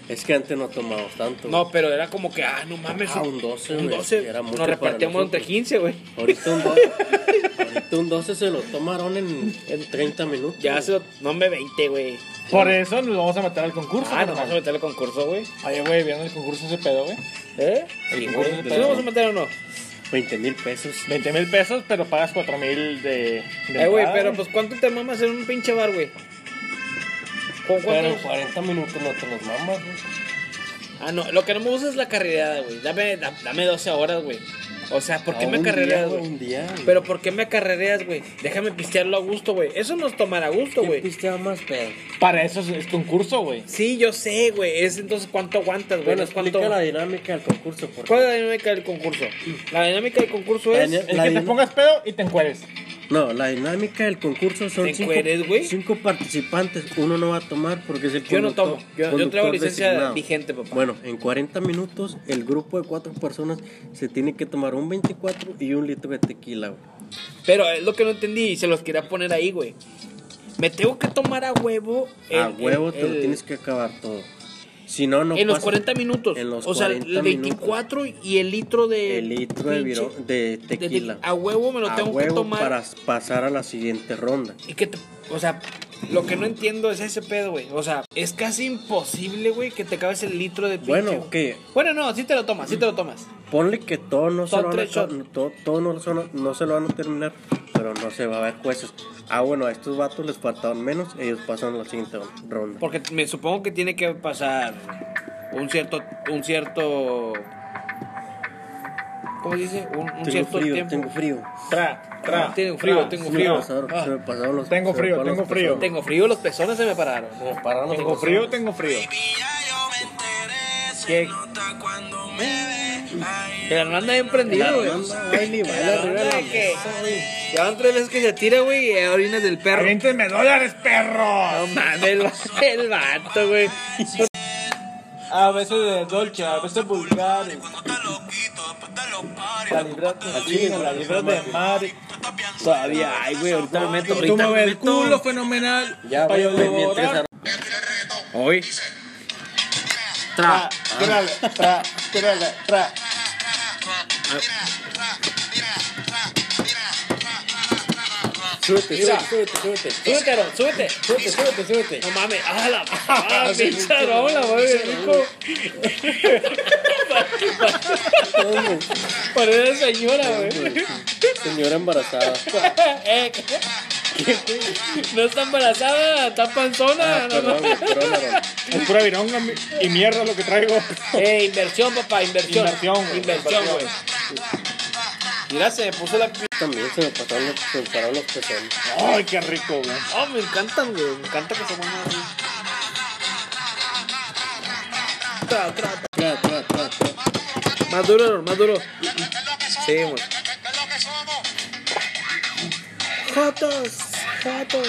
[SPEAKER 1] Es que antes no tomábamos tanto.
[SPEAKER 3] No, pero era como que, ah, no mames.
[SPEAKER 1] Ah, un 12,
[SPEAKER 3] Un
[SPEAKER 1] güey.
[SPEAKER 3] 12.
[SPEAKER 1] Era mucho
[SPEAKER 3] Nos
[SPEAKER 1] para
[SPEAKER 3] repartíamos
[SPEAKER 1] nosotros.
[SPEAKER 3] entre 15, güey.
[SPEAKER 1] güey. Ahorita un 12, ahorita un 12 se lo tomaron en, en 30 minutos.
[SPEAKER 3] Ya
[SPEAKER 1] güey.
[SPEAKER 3] se lo. No me 20, güey.
[SPEAKER 2] Por eso nos vamos a meter al concurso.
[SPEAKER 3] Ah, nos
[SPEAKER 2] carnal.
[SPEAKER 3] vamos a meter al concurso, güey.
[SPEAKER 2] Oye, güey, ¿vieron el concurso ese pedo, güey?
[SPEAKER 3] ¿Eh?
[SPEAKER 2] El
[SPEAKER 3] Sí,
[SPEAKER 2] concurso
[SPEAKER 3] güey.
[SPEAKER 2] de
[SPEAKER 3] ¿Sí lo vamos a
[SPEAKER 2] pedo.
[SPEAKER 3] meter o no?
[SPEAKER 1] 20 mil pesos.
[SPEAKER 2] 20 mil pesos, pero pagas 4 mil de, de
[SPEAKER 3] Eh, güey,
[SPEAKER 2] entrada,
[SPEAKER 3] pero pues ¿cuánto te mamas en un pinche bar, güey? ¿Con
[SPEAKER 1] Pero
[SPEAKER 3] cuánto?
[SPEAKER 1] en 40 minutos no te los mamas, güey.
[SPEAKER 3] Ah, no, lo que no me gusta es la carrera, güey. Dame, da- dame 12 horas, güey. O sea, ¿por qué
[SPEAKER 1] Ah,
[SPEAKER 3] me
[SPEAKER 1] un día,
[SPEAKER 3] acarrereas,
[SPEAKER 1] güey,
[SPEAKER 3] güey?
[SPEAKER 1] Un día. güey.
[SPEAKER 3] Pero ¿por qué me acarrereas, güey? Déjame pistearlo a gusto, güey. Eso no es tomar a gusto,
[SPEAKER 1] ¿Quién
[SPEAKER 3] güey.
[SPEAKER 1] pisteaba más pedo?
[SPEAKER 3] pues-
[SPEAKER 2] Para eso es, es concurso, güey.
[SPEAKER 3] Sí, yo sé, güey. Es entonces cuánto aguantas, güey.
[SPEAKER 1] Bueno,
[SPEAKER 3] No es cuánto...
[SPEAKER 1] explica la dinámica del concurso, por
[SPEAKER 3] ¿Cuál es la dinámica del concurso? La dinámica del concurso
[SPEAKER 1] La
[SPEAKER 3] es...
[SPEAKER 1] dinam-
[SPEAKER 2] Es
[SPEAKER 1] La
[SPEAKER 2] que te
[SPEAKER 1] dinam-
[SPEAKER 2] pongas pedo y te encueres.
[SPEAKER 1] No, la dinámica del concurso son
[SPEAKER 3] ¿Te
[SPEAKER 1] cinco,
[SPEAKER 3] encueres, güey?
[SPEAKER 1] cinco participantes. Uno no va a tomar porque es el
[SPEAKER 3] Yo no
[SPEAKER 1] conductor-
[SPEAKER 3] tomo. Yo- yo
[SPEAKER 1] conductor
[SPEAKER 3] traigo licencia
[SPEAKER 1] designado.
[SPEAKER 3] vigente, papá.
[SPEAKER 1] Bueno, en 40 minutos el grupo de cuatro personas se tiene que tomar un 24 y un litro de tequila, güey.
[SPEAKER 3] Pero es lo que no entendí y se los quería poner ahí, güey. Me tengo que tomar a huevo...
[SPEAKER 1] a
[SPEAKER 3] el-
[SPEAKER 1] huevo
[SPEAKER 3] el-
[SPEAKER 1] te lo
[SPEAKER 3] el-
[SPEAKER 1] tienes que acabar todo. Si no, no
[SPEAKER 3] en los
[SPEAKER 1] pasa
[SPEAKER 3] 40 minutos.
[SPEAKER 1] En los
[SPEAKER 3] o sea,
[SPEAKER 1] 40
[SPEAKER 3] el 24 y el litro de.
[SPEAKER 1] el litro de,
[SPEAKER 3] pinche-
[SPEAKER 1] viro- de
[SPEAKER 3] de te-
[SPEAKER 1] tequila.
[SPEAKER 3] a huevo me lo
[SPEAKER 1] A
[SPEAKER 3] tengo que
[SPEAKER 1] huevo
[SPEAKER 3] tomar.
[SPEAKER 1] para pasar a la siguiente ronda.
[SPEAKER 3] Y que te- o sea, lo que no entiendo es ese pedo, güey. O sea, es casi imposible, güey, que te acabes el litro de pinche.
[SPEAKER 1] Bueno, que
[SPEAKER 3] Bueno, no, sí te lo tomas, sí te lo tomas.
[SPEAKER 1] Ponle que todos no, se
[SPEAKER 3] Son
[SPEAKER 1] lo van a,
[SPEAKER 3] tres shots.
[SPEAKER 1] todo, todo no, se lo- no se lo van a terminar, pero no se va a ver jueces. Ah, bueno, a estos vatos les faltaban menos, ellos pasan a la siguiente ronda.
[SPEAKER 3] Porque me supongo que tiene que pasar un cierto. Un cierto. ¿Cómo se dice? Un, un
[SPEAKER 1] tengo
[SPEAKER 3] cierto
[SPEAKER 1] frío,
[SPEAKER 3] tiempo.
[SPEAKER 1] tengo frío.
[SPEAKER 2] Tra, tra.
[SPEAKER 3] Tengo frío,
[SPEAKER 2] tra,
[SPEAKER 3] tengo
[SPEAKER 1] Se
[SPEAKER 2] tra.
[SPEAKER 1] me
[SPEAKER 3] frío.
[SPEAKER 1] pasaron-
[SPEAKER 3] Ah.
[SPEAKER 1] se me pasaron los-
[SPEAKER 2] Tengo
[SPEAKER 1] se me
[SPEAKER 2] frío,
[SPEAKER 1] pasaron
[SPEAKER 2] tengo
[SPEAKER 1] los
[SPEAKER 2] frío.
[SPEAKER 1] pezones.
[SPEAKER 3] Tengo frío, los pezones se me pararon.
[SPEAKER 1] Se me pararon los
[SPEAKER 2] Tengo
[SPEAKER 1] pezones.
[SPEAKER 2] frío, tengo frío.
[SPEAKER 3] Que Que la anda bien prendida,
[SPEAKER 1] La
[SPEAKER 3] güey.
[SPEAKER 1] banda baila y baila
[SPEAKER 3] La
[SPEAKER 1] arriba de
[SPEAKER 3] banda
[SPEAKER 1] la
[SPEAKER 3] de que-
[SPEAKER 1] mesa, güey.
[SPEAKER 3] Ya van tres veces que se tira, güey, y orinas del perro.
[SPEAKER 2] ¡20 dólares, perro!
[SPEAKER 3] No mames, el, va- el vato, güey.
[SPEAKER 2] A veces de Dolce, a veces vulgar. La libra, la libra, la libra de mar.
[SPEAKER 3] Todavía hay, güey. Ahorita me meto.
[SPEAKER 2] Tú
[SPEAKER 3] Ahorita
[SPEAKER 2] me
[SPEAKER 3] me
[SPEAKER 2] ves el
[SPEAKER 3] meto.
[SPEAKER 2] culo fenomenal.
[SPEAKER 3] Ya,
[SPEAKER 2] pa'
[SPEAKER 3] güey,
[SPEAKER 2] yo
[SPEAKER 3] güey, mientras
[SPEAKER 2] devorar.
[SPEAKER 3] ar- Hoy. Tra.
[SPEAKER 2] Ah, tírale, tra, tírale, tra.
[SPEAKER 1] Súbete,
[SPEAKER 3] Mira.
[SPEAKER 1] súbete, súbete, súbete.
[SPEAKER 3] Súbete, Aaron, súbete.
[SPEAKER 1] Súbete, súbete, súbete.
[SPEAKER 3] No mames. ¡Ah, la ah,
[SPEAKER 1] Sí,
[SPEAKER 3] pinche
[SPEAKER 1] sí,
[SPEAKER 3] Aarón, la madre de
[SPEAKER 1] sí,
[SPEAKER 3] rico! Parece señora, güey.
[SPEAKER 1] Señora embarazada.
[SPEAKER 3] Eh, No está embarazada, está panzona.
[SPEAKER 1] Ah,
[SPEAKER 3] no
[SPEAKER 1] perdón, güey,
[SPEAKER 3] mames.
[SPEAKER 1] perdón, Aaron.
[SPEAKER 2] Es pura vironga mi- y mierda lo que traigo.
[SPEAKER 3] Eh, inversión, papá, inversión.
[SPEAKER 2] Inversión, güey.
[SPEAKER 3] Inversión, güey. Mira, se me puso la piel.
[SPEAKER 1] También se me pasaron los, se me pararon los pezones.
[SPEAKER 2] Ay, qué rico, güey.
[SPEAKER 3] Oh, me encantan, güey. Me encanta que se muevan así. Tra, tra, tra.
[SPEAKER 1] Tra, tra, tra, tra.
[SPEAKER 3] Más duro, Aaron, más duro. Sí, güey. Jotos, jotos.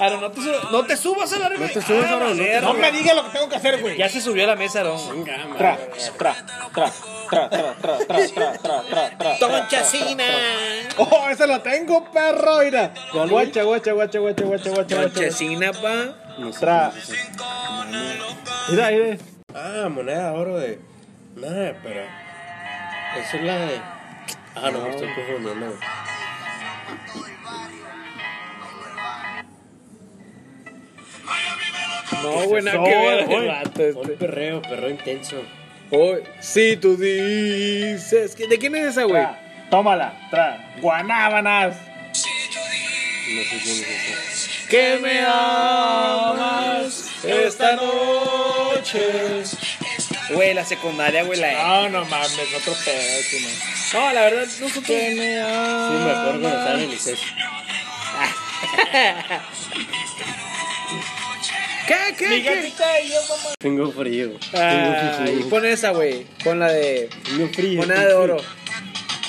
[SPEAKER 3] Aaron, no te, su- no te subas a la No
[SPEAKER 1] te subas, Aaron, no te
[SPEAKER 2] No me digas lo que tengo que hacer, güey.
[SPEAKER 3] Ya se subió a la mesa, Aaron.
[SPEAKER 2] Tra, tra, tra, tra, tra, tra, tra, tra, tra, tra, tra.
[SPEAKER 3] Tonchacina.
[SPEAKER 2] Oh, esa la tengo, perro, mira. Guacha, guacha, guacha, guacha, guacha, guacha, guacha.
[SPEAKER 3] Tonchacina, pa.
[SPEAKER 1] No sé.
[SPEAKER 2] Tra. Mira, mira.
[SPEAKER 1] Ah, moneda de oro de. Nada, pero. Esa es la de. Ah, no, me estoy confundiendo. güey.
[SPEAKER 3] No, güey, nada
[SPEAKER 2] eso,
[SPEAKER 3] que ver.
[SPEAKER 2] güey?
[SPEAKER 3] el vato este.
[SPEAKER 1] Son perreo, perreo intenso.
[SPEAKER 3] Oh, sí, tú dices. ¿De quién es esa, güey?
[SPEAKER 2] Tra. Tómala, tra. Guanábanas.
[SPEAKER 1] No sé quién es ese.
[SPEAKER 3] Que me amas esta noche. Güey, la secundaria, güey, la
[SPEAKER 2] No, no mames, otro pedo, sí, no.
[SPEAKER 3] No, la verdad, nosotros. Que me
[SPEAKER 1] Sí,
[SPEAKER 3] amas.
[SPEAKER 1] mejor cuando estaba en el ICES.
[SPEAKER 3] ¿Qué, qué,
[SPEAKER 2] Mi
[SPEAKER 3] qué?
[SPEAKER 2] gatita y yo, mamá.
[SPEAKER 1] Tengo frío.
[SPEAKER 3] Ah,
[SPEAKER 1] Tengo
[SPEAKER 3] y
[SPEAKER 1] frío.
[SPEAKER 3] pon esa, güey. Pon la de
[SPEAKER 1] Tengo frío.
[SPEAKER 3] moneda
[SPEAKER 1] tengo
[SPEAKER 3] de
[SPEAKER 1] frío.
[SPEAKER 3] oro.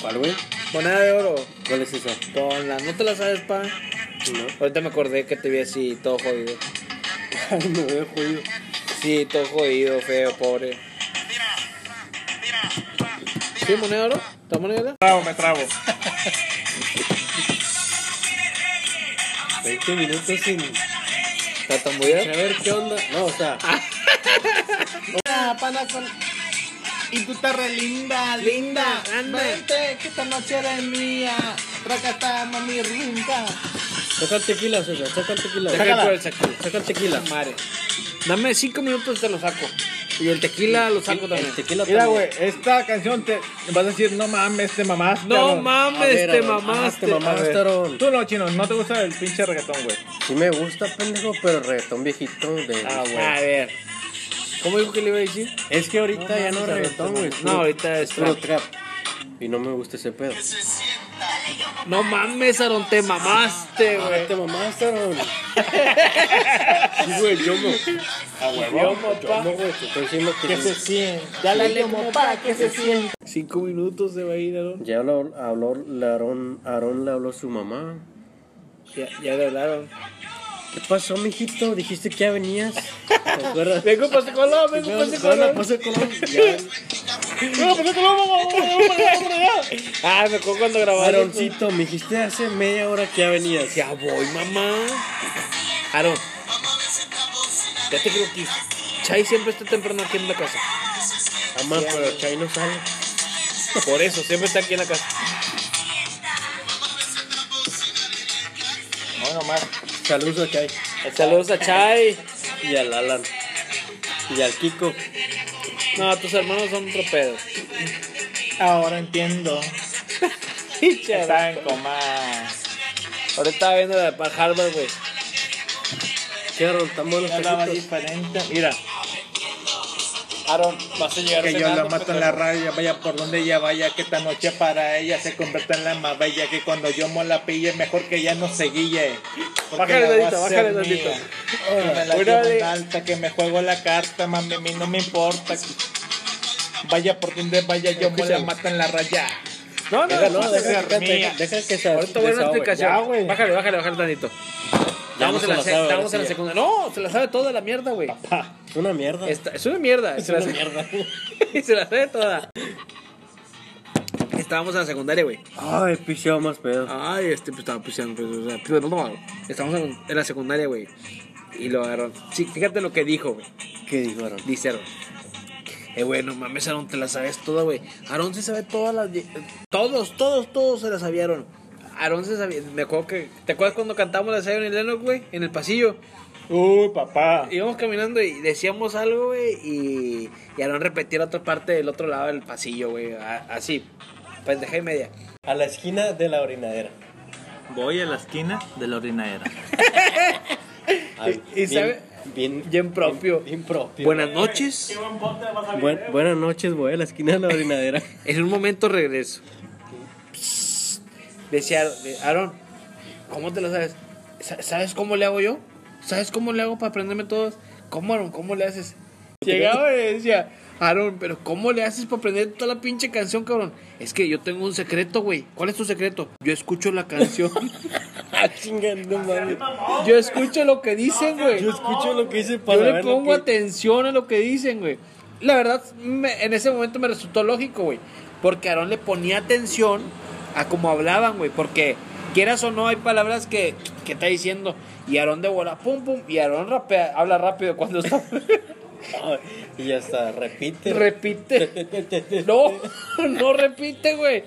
[SPEAKER 1] ¿Cuál, güey?
[SPEAKER 3] Moneda de oro.
[SPEAKER 1] ¿Cuál es esa?
[SPEAKER 3] Ponla. No te la sabes, pa.
[SPEAKER 1] No.
[SPEAKER 3] Ahorita me acordé que te vi así, todo jodido.
[SPEAKER 1] Ay, me veo jodido.
[SPEAKER 3] Sí, todo jodido, feo, pobre. ¿Sí, moneda de oro? ¿Está moneda de oro?
[SPEAKER 2] Trabo, me trabo.
[SPEAKER 1] 20 minutos sin.
[SPEAKER 3] ¿Está tan
[SPEAKER 1] A ver qué onda. No, o sea.
[SPEAKER 2] Ah, pana con... Y tú te re linda, linda,
[SPEAKER 3] anda.
[SPEAKER 2] Vente, que esta noche eres mía. Tracata, mami, rinca.
[SPEAKER 1] Saca el tequila, César. Saca el tequila.
[SPEAKER 3] Saca el
[SPEAKER 1] Sácala.
[SPEAKER 3] cuero, saca el-
[SPEAKER 1] Saca el tequila.
[SPEAKER 3] Madre. Dame cinco minutos y te lo saco. Y el tequila lo saco también.
[SPEAKER 1] El tequila
[SPEAKER 2] Mira,
[SPEAKER 1] también.
[SPEAKER 2] güey, esta canción te vas a decir, no mames, te mamaste.
[SPEAKER 3] No
[SPEAKER 2] cabrón".
[SPEAKER 1] A
[SPEAKER 3] mames,
[SPEAKER 1] ver,
[SPEAKER 3] te
[SPEAKER 1] Aaron.
[SPEAKER 3] mamaste.
[SPEAKER 1] Ah, te
[SPEAKER 3] A
[SPEAKER 1] mamaste,
[SPEAKER 3] ver.
[SPEAKER 1] Aaron.
[SPEAKER 2] Tú no, chino, no te gusta el pinche reggaetón, güey.
[SPEAKER 1] Sí me gusta, pendejo, pero reggaetón viejito de...
[SPEAKER 2] Ah, güey.
[SPEAKER 3] A ver. ¿Cómo dijo que le iba a decir?
[SPEAKER 1] es que ahorita ya no es reggaetón, güey.
[SPEAKER 3] No, ahorita es
[SPEAKER 1] Pero
[SPEAKER 3] trap.
[SPEAKER 1] trap. Y no me gusta ese pedo.
[SPEAKER 3] No mames, Aaron, te mamaste, güey.
[SPEAKER 1] te mamaste, Aaron. Sí, güey, yo no.
[SPEAKER 2] A huevo.
[SPEAKER 3] Yomo,
[SPEAKER 1] Yo
[SPEAKER 3] pa.
[SPEAKER 1] no, güey, te estoy diciendo que... sí.
[SPEAKER 2] siente. Dale como para que se siente.
[SPEAKER 3] Cinco minutos se va a ir, Aaron.
[SPEAKER 1] Ya lo habló, le Aarón, Aarón le habló a su mamá.
[SPEAKER 3] Ya, ya le hablaron.
[SPEAKER 1] ¿Qué pasó, mijito? Dijiste que ya venías. ¿Te acuerdas?
[SPEAKER 3] Vengo para Colón, vengo para Colón.
[SPEAKER 1] Pasó Colón. Ya,
[SPEAKER 2] No, pues no te lo vamos
[SPEAKER 3] Ah, me acuerdo cuando grabaron.
[SPEAKER 1] Aaroncito, me dijiste hace media hora que ya venías.
[SPEAKER 3] Ya voy, mamá. Aaron. Ya te creo que Chai siempre está temprano aquí en la casa.
[SPEAKER 1] Mamá, pero Chay no sale.
[SPEAKER 3] Por eso, siempre está aquí en la casa.
[SPEAKER 2] No, nomás.
[SPEAKER 1] Saludos a Chay.
[SPEAKER 3] Saludos a Chai.
[SPEAKER 1] Y al Alan. Y al Kiko.
[SPEAKER 3] No, tus hermanos son otro pedo.
[SPEAKER 2] Ahora entiendo. Está en coma.
[SPEAKER 3] Ahorita estaba viendo la de Pan Harvard, güey.
[SPEAKER 1] ¿Qué, Aaron? ¿Están buenos
[SPEAKER 2] Yo hablaba
[SPEAKER 1] taquitos?
[SPEAKER 2] diferente. Mira,
[SPEAKER 3] Aaron, vas a llegar
[SPEAKER 2] que yo
[SPEAKER 3] cenando,
[SPEAKER 2] la mato en la
[SPEAKER 3] pendejo.
[SPEAKER 2] raya, vaya por donde ella vaya, que esta noche para ella se convierta en la más bella, que cuando yo mo la pille, mejor que ella no se guille. porque la
[SPEAKER 3] Bájale
[SPEAKER 2] voy a
[SPEAKER 3] tantito,
[SPEAKER 2] hacer
[SPEAKER 3] bájale tantito.
[SPEAKER 2] mía. Que me la
[SPEAKER 3] Órale.
[SPEAKER 2] llevo en alta, que me juego la carta, mami, a mí no me importa. Vaya por donde vaya, yo mo la
[SPEAKER 3] Escúchame.
[SPEAKER 2] mato en la raya.
[SPEAKER 3] No,
[SPEAKER 1] Deja,
[SPEAKER 3] no,
[SPEAKER 1] no,
[SPEAKER 3] no.
[SPEAKER 1] deja, deja,
[SPEAKER 2] Mía.
[SPEAKER 1] deja, deja que se
[SPEAKER 3] Ahorita voy a este una
[SPEAKER 1] desahogue.
[SPEAKER 3] explicación.
[SPEAKER 2] Ya, güey.
[SPEAKER 3] bájale, bájale, bájale tantito. Estábamos
[SPEAKER 2] no
[SPEAKER 3] en
[SPEAKER 2] se
[SPEAKER 3] la,
[SPEAKER 2] la
[SPEAKER 3] se-
[SPEAKER 2] sabe,
[SPEAKER 3] estábamos
[SPEAKER 2] sí,
[SPEAKER 3] en
[SPEAKER 2] ya.
[SPEAKER 3] la secundaria. No, se la sabe toda la mierda, güey.
[SPEAKER 2] Pa,
[SPEAKER 1] Es una mierda.
[SPEAKER 3] Está- Ah. Es una mierda.
[SPEAKER 2] es
[SPEAKER 3] se la
[SPEAKER 2] una
[SPEAKER 3] sabe-
[SPEAKER 2] mierda.
[SPEAKER 3] se la sabe toda. Estábamos en la secundaria, güey.
[SPEAKER 1] Ay, picheo más pedo.
[SPEAKER 3] Ay, este pues estaba pisando. Pues, o sea, pues, no, no, no. Estábamos en, en la secundaria, güey. Y lo agarró. Sí, fíjate lo que dijo, güey.
[SPEAKER 1] ¿Qué dijeron?
[SPEAKER 3] Dice Aaron. Eh, güey, no mames, Aaron, te la sabes toda, güey. Aaron se sabe todas las. die- Todos, todos, todos se la sabieron. Aaron se sabía. Me acuerdo que. ¿Te acuerdas cuando cantamos la de Zion y Lennox, güey? En el pasillo.
[SPEAKER 2] Uy, papá.
[SPEAKER 3] Íbamos caminando y decíamos algo, güey. Y, y Aaron repetía la otra parte del otro lado del pasillo, güey. a- Así. Pendeja y media.
[SPEAKER 1] A la esquina de la orinadera.
[SPEAKER 2] Voy a la esquina de la orinadera.
[SPEAKER 1] Ay,
[SPEAKER 3] Y- y sabe-
[SPEAKER 1] Bien,
[SPEAKER 3] bien propio.
[SPEAKER 1] Bien, propio.
[SPEAKER 3] Buenas noches.
[SPEAKER 1] Buen- buenas noches, voy a la esquina de la orinadera.
[SPEAKER 3] En un momento regreso. Psst. Decía de- Aaron, ¿cómo te lo sabes? Sa- ¿Sabes cómo le hago yo? ¿Sabes cómo le hago para aprenderme todos? ¿Cómo, Aaron? ¿Cómo le haces? Llegaba y decía, Aaron, pero ¿cómo le haces para aprender toda la pinche canción, cabrón? Es que yo tengo un secreto, güey. ¿Cuál es tu secreto? Yo escucho la canción.
[SPEAKER 1] ah, chingando, mami.
[SPEAKER 3] yo escucho lo que dicen, güey.
[SPEAKER 1] Yo escucho lo que dice para
[SPEAKER 3] Yo le
[SPEAKER 1] ver lo
[SPEAKER 3] pongo
[SPEAKER 1] que-
[SPEAKER 3] atención a lo que dicen, güey. La verdad, me- en ese momento me resultó lógico, güey. Porque Aarón le ponía atención a cómo hablaban, güey. Porque quieras o no, hay palabras que, que está diciendo. Y Aarón de bola, pum, pum. Y Aarón rapea, habla rápido cuando está.
[SPEAKER 1] Ay, Y ya está, repite.
[SPEAKER 3] repite. No, no repite, güey.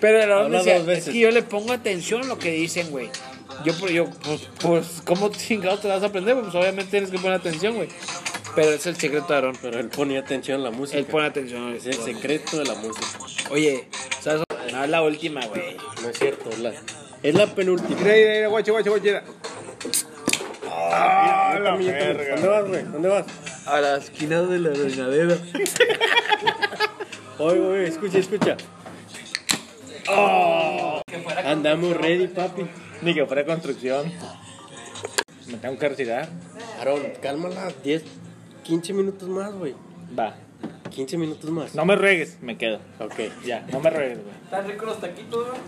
[SPEAKER 3] Pero Aarón
[SPEAKER 1] Habla
[SPEAKER 3] decía,
[SPEAKER 1] dos veces.
[SPEAKER 3] es que yo le pongo atención a lo que dicen, güey. Yo, pues, yo, pues, pues, ¿cómo chingados te vas a aprender? güey? Pues obviamente tienes que poner atención, güey. Pero es el secreto de Aarón.
[SPEAKER 1] Pero él ponía atención a la música.
[SPEAKER 3] Él pone atención. güey.
[SPEAKER 1] Es el secreto de la música.
[SPEAKER 3] Oye, ¿sabes? No, es la última, güey.
[SPEAKER 1] No es cierto, es la, es la penúltima.
[SPEAKER 2] Mira, mira, mira, guacho, guacho, guacho. mira.
[SPEAKER 1] Ah,
[SPEAKER 2] la
[SPEAKER 1] yo también.
[SPEAKER 2] verga.
[SPEAKER 1] ¿Dónde vas, güey? ¿Dónde vas?
[SPEAKER 3] A la esquina de la regadera.
[SPEAKER 1] Oye, oye, escucha, escucha.
[SPEAKER 3] Oh.
[SPEAKER 1] Andamos ready, papi.
[SPEAKER 2] Ni que fuera construcción. Me tengo que retirar.
[SPEAKER 1] Aaron, cálmala. 10, 15 minutos más, güey.
[SPEAKER 2] Va.
[SPEAKER 1] 15 minutos más.
[SPEAKER 2] No me ruegues, me quedo.
[SPEAKER 1] Ok.
[SPEAKER 2] Ya, no me ruegues, güey.
[SPEAKER 3] ¿Están ricos los taquitos, güey?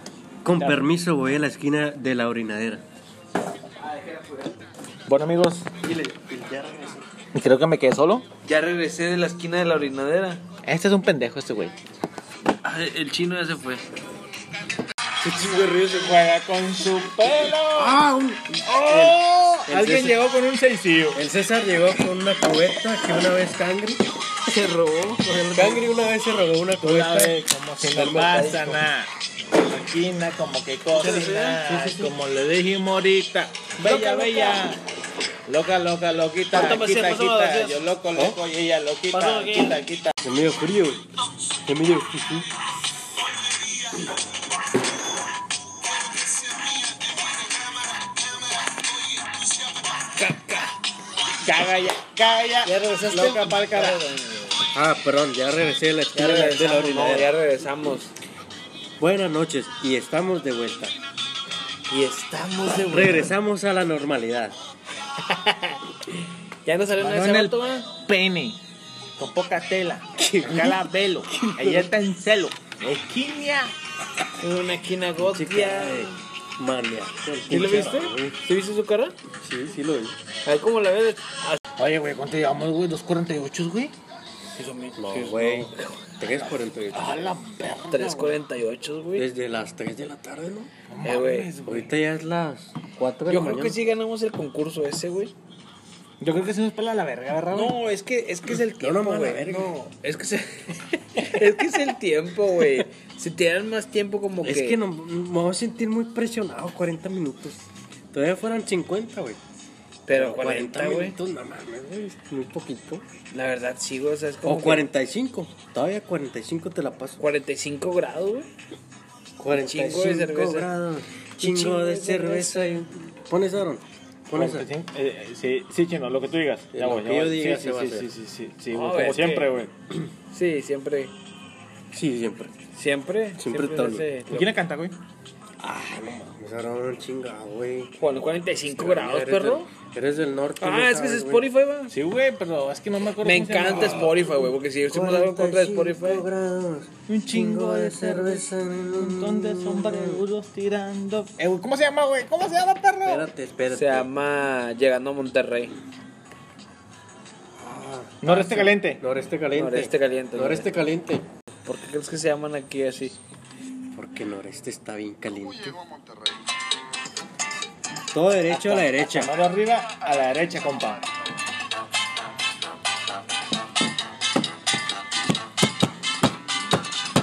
[SPEAKER 1] Con permiso, voy a la esquina de la orinadera.
[SPEAKER 2] Bueno, amigos, creo que me quedé solo.
[SPEAKER 3] Ya regresé de la esquina de la orinadera.
[SPEAKER 2] Este es un pendejo, este güey.
[SPEAKER 3] Ay, Ah, el chino ya se fue.
[SPEAKER 2] Juega con su pelo.
[SPEAKER 1] ¡Ah! un- el
[SPEAKER 2] oh, Alguien
[SPEAKER 1] César.
[SPEAKER 2] llegó con un sencillo.
[SPEAKER 1] El César llegó con una cubeta que una vez Cangri.
[SPEAKER 3] Se robó.
[SPEAKER 1] Cangri una vez se robó una cubeta.
[SPEAKER 2] Sabe como si no
[SPEAKER 1] Del
[SPEAKER 2] pasa
[SPEAKER 1] mercadito.
[SPEAKER 2] nada. Imagina como que cocina, como le dijimos ahorita. Bella,
[SPEAKER 3] Loca,
[SPEAKER 2] bella. Loca, loca, loquita.
[SPEAKER 3] Pásame
[SPEAKER 2] quita,
[SPEAKER 3] así, pásame
[SPEAKER 2] quita.
[SPEAKER 3] así.
[SPEAKER 2] Yo loco, loco y ella loquita.
[SPEAKER 3] Pásame aquí.
[SPEAKER 2] Quita, quita.
[SPEAKER 1] Se me dio frío. Se me dio frío.
[SPEAKER 2] Caga ya, caga ya.
[SPEAKER 3] Ya regresaste.
[SPEAKER 2] Loca pa'l carajo.
[SPEAKER 1] Ah, perdón, ya regresé a la
[SPEAKER 3] Ya
[SPEAKER 1] esquina de la- de la
[SPEAKER 3] regresamos. no,
[SPEAKER 1] orinadera.
[SPEAKER 3] ya regresamos.
[SPEAKER 1] Buenas noches y estamos de vuelta.
[SPEAKER 3] Y estamos de vuelta.
[SPEAKER 1] Regresamos a la normalidad.
[SPEAKER 3] Ya no salió
[SPEAKER 2] Mano
[SPEAKER 3] nada
[SPEAKER 2] en
[SPEAKER 3] de
[SPEAKER 2] el
[SPEAKER 3] ese güey.
[SPEAKER 2] pene. Con poca tela. Acá la velo. Ella está en celo. Esquina.
[SPEAKER 3] En una esquina
[SPEAKER 1] Chica,
[SPEAKER 3] gotia.
[SPEAKER 1] eh, mania.
[SPEAKER 3] ¿Sí lo viste? ¿Sí viste su cara?
[SPEAKER 1] Sí, sí lo vi.
[SPEAKER 3] A ver cómo la ves.
[SPEAKER 2] Oye, güey, ¿cuánto llevamos, güey? ¿Dos 48, güey?
[SPEAKER 1] No, güey. 3.48.
[SPEAKER 2] A la perra.
[SPEAKER 3] 3.48, güey.
[SPEAKER 1] Desde las 3 de la tarde, ¿no?
[SPEAKER 3] Eh, güey.
[SPEAKER 1] Ahorita ya es las 4 de
[SPEAKER 3] Yo
[SPEAKER 1] la
[SPEAKER 3] creo
[SPEAKER 1] mañana.
[SPEAKER 3] que sí ganamos el concurso ese, güey.
[SPEAKER 2] Yo creo que se nos pela la verga, ¿verdad? güey?
[SPEAKER 3] No, es que es que es el
[SPEAKER 1] No, no,
[SPEAKER 3] tiempo,
[SPEAKER 1] mala
[SPEAKER 3] güey.
[SPEAKER 1] verga.
[SPEAKER 3] No, es que se- es que es el tiempo, güey. Si te dan más tiempo como que
[SPEAKER 1] Es que no, me voy a sentir muy presionado 40 minutos. Todavía fueran 50, güey.
[SPEAKER 3] pero 40, güey.
[SPEAKER 1] minutos, no mames, güey. es Muy poquito.
[SPEAKER 3] La verdad sí, güey, o sea, es como
[SPEAKER 1] O
[SPEAKER 3] que
[SPEAKER 1] 45. Todavía 45 te la paso.
[SPEAKER 3] 45 grados, güey. Chingo
[SPEAKER 1] 45
[SPEAKER 3] de cerveza.
[SPEAKER 1] grados.
[SPEAKER 3] Chingo
[SPEAKER 1] Chingo de
[SPEAKER 3] de cerveza.
[SPEAKER 1] cerveza. y- Pones Aaron. Pones
[SPEAKER 2] Cuarenta y cinco. Eh, eh, sí, sí, chino, lo que tú digas.
[SPEAKER 1] Eh,
[SPEAKER 2] Ya
[SPEAKER 1] lo
[SPEAKER 2] voy, ya
[SPEAKER 1] que yo
[SPEAKER 2] voy.
[SPEAKER 1] diga
[SPEAKER 2] sí,
[SPEAKER 1] se va a
[SPEAKER 2] sí, sí,
[SPEAKER 1] hacer.
[SPEAKER 2] sí, sí, sí, sí,
[SPEAKER 3] No,
[SPEAKER 2] güey,
[SPEAKER 3] güey,
[SPEAKER 2] como
[SPEAKER 3] es
[SPEAKER 2] siempre,
[SPEAKER 3] que-
[SPEAKER 2] güey.
[SPEAKER 3] Sí, siempre.
[SPEAKER 1] Sí, siempre.
[SPEAKER 3] Siempre.
[SPEAKER 1] Siempre
[SPEAKER 3] se
[SPEAKER 1] todo.
[SPEAKER 3] hace-
[SPEAKER 2] ¿Quién le canta, güey?
[SPEAKER 1] Ah, no mames, Pues Aaron, chinga, güey.
[SPEAKER 3] Juan, 45
[SPEAKER 1] Ya
[SPEAKER 3] grados,
[SPEAKER 1] eres
[SPEAKER 3] perro.
[SPEAKER 1] el- Eres del norte. no
[SPEAKER 3] Ah, es que es
[SPEAKER 1] sabes, güey.
[SPEAKER 3] Spotify, va.
[SPEAKER 2] Sí, güey, pero es que no me acuerdo.
[SPEAKER 3] Me
[SPEAKER 2] cómo se llama.
[SPEAKER 3] encanta Spotify, güey, porque si yo hicimos algo en contra de
[SPEAKER 1] 45
[SPEAKER 3] Spotify.
[SPEAKER 1] grados,
[SPEAKER 2] Un chingo de cerveza.
[SPEAKER 1] en el
[SPEAKER 2] Un montón de
[SPEAKER 1] mundo.
[SPEAKER 2] sombrerudos tirando. Eh, güey, ¿Cómo se llama, güey? ¿Cómo se llama, perro?
[SPEAKER 1] Espérate, espérate.
[SPEAKER 3] Se llama Llegando a Monterrey.
[SPEAKER 2] Noreste este Caliente.
[SPEAKER 1] Noreste caliente.
[SPEAKER 3] Noreste caliente,
[SPEAKER 1] Noreste caliente.
[SPEAKER 3] ¿Por qué crees que se llaman aquí así?
[SPEAKER 1] Porque noreste está bien caliente.
[SPEAKER 4] Llegó a Monterrey.
[SPEAKER 1] Todo derecho a la derecha.
[SPEAKER 2] Mano arriba, a la derecha, compa.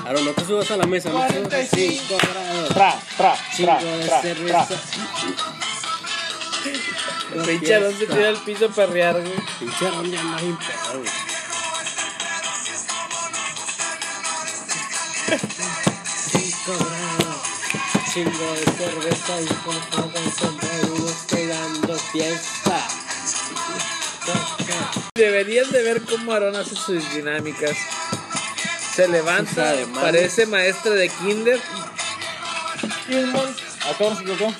[SPEAKER 1] Claro, no te subas a la mesa. no te subas.
[SPEAKER 2] 45
[SPEAKER 1] grados.
[SPEAKER 2] Tra, tra,
[SPEAKER 1] Chingo
[SPEAKER 2] tra,
[SPEAKER 1] de
[SPEAKER 2] tra, tra.
[SPEAKER 1] cerveza.
[SPEAKER 3] El pinche Alonso se tira al piso a perrear, güey.
[SPEAKER 1] Pinche ron ya anda bien pedo, güey. Cinco grados, Chingo de cerveza y poco de sombrerudos pegando fiesta.
[SPEAKER 3] Deberían de ver cómo Aaron hace sus dinámicas. Se levanta,
[SPEAKER 1] Hija de madre.
[SPEAKER 3] parece maestra de kinder.
[SPEAKER 2] Y un mon- ¿A todos se equivocó?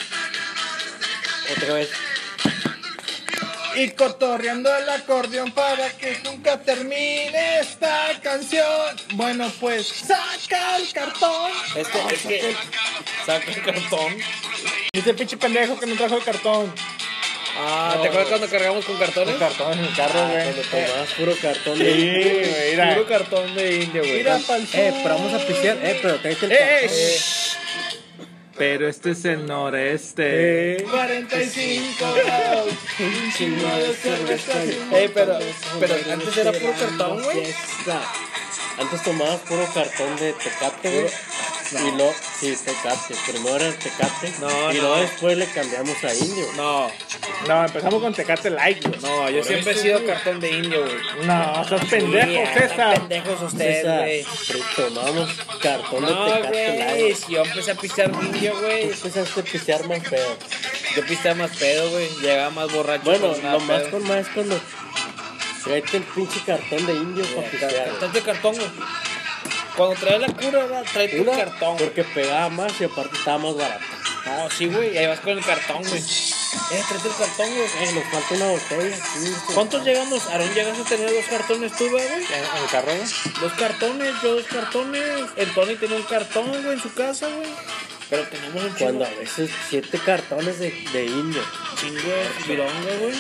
[SPEAKER 3] Otra vez.
[SPEAKER 2] Y cotorreando el acordeón para que nunca termine esta canción. Bueno, pues saca el cartón.
[SPEAKER 3] Es que, es que saca el cartón.
[SPEAKER 2] Dice el pinche pendejo que no trajo el cartón.
[SPEAKER 3] Ah, ¿te acuerdas cuando cargamos con cartones?
[SPEAKER 2] El cartón en el carro, güey.
[SPEAKER 1] Cuando tomabas puro cartón
[SPEAKER 2] Sí, güey, mira.
[SPEAKER 3] Puro cartón de indio, güey.
[SPEAKER 2] Mira pa'l sur.
[SPEAKER 1] Eh, pero vamos a pisear. Eh, pero tráete el
[SPEAKER 2] ¡Eh, eh!
[SPEAKER 1] cartón.
[SPEAKER 2] Pero este es el noreste. 45 grados. Un chingo de cerveza.
[SPEAKER 3] Ey, pero, pero antes era puro cartón, güey.
[SPEAKER 1] Este, Fiesta. Antes tomabas puro cartón de tecate, güey. Y luego, sí, tecate. Primero era el tecate.
[SPEAKER 3] No,
[SPEAKER 1] y
[SPEAKER 3] no.
[SPEAKER 1] luego después le cambiamos a indio.
[SPEAKER 3] No,
[SPEAKER 2] No, empezamos con Tecate Light, güey.
[SPEAKER 3] no, yo siempre he sido cartón de indio, güey.
[SPEAKER 2] No, estás pendejo,
[SPEAKER 3] Sí, están
[SPEAKER 2] César.
[SPEAKER 3] pendejos ustedes,
[SPEAKER 1] César,
[SPEAKER 3] güey.
[SPEAKER 1] pero tomábamos cartón de
[SPEAKER 3] No,
[SPEAKER 1] tecate.
[SPEAKER 3] güey,
[SPEAKER 1] light.
[SPEAKER 3] si yo empecé a pistear indio, güey.
[SPEAKER 1] Empezaste a pisear más feo.
[SPEAKER 3] Yo pisteaba más pedo, güey. Llegaba más borracho.
[SPEAKER 1] Bueno,
[SPEAKER 3] pero Pues nada
[SPEAKER 1] lo más
[SPEAKER 3] pedo.
[SPEAKER 1] con más es cuando tráete el pinche cartón de indio para pisear. güey.
[SPEAKER 3] Cartón de cartón, güey. Cuando traes la cura, ¿verdad? traes tu
[SPEAKER 1] Una,
[SPEAKER 3] cartón. güey.
[SPEAKER 1] porque pegaba más y aparte estaba más barato.
[SPEAKER 3] No, sí, güey. Ahí vas con el cartón, güey. Eh, traes el cartón, güey.
[SPEAKER 1] Eh, nos falta una botella. sí.
[SPEAKER 3] ¿Cuántos llegamos? Aarón, llegas a tener dos cartones tú, güey. güey?
[SPEAKER 2] ¿En el carro, güey?
[SPEAKER 3] Dos cartones, yo dos cartones. El Tony tenía un cartón, güey, en su casa, güey. Pero tenemos un chingo,
[SPEAKER 1] Cuando a veces siete cartones de, de indio.
[SPEAKER 3] chingo de pironga, güey.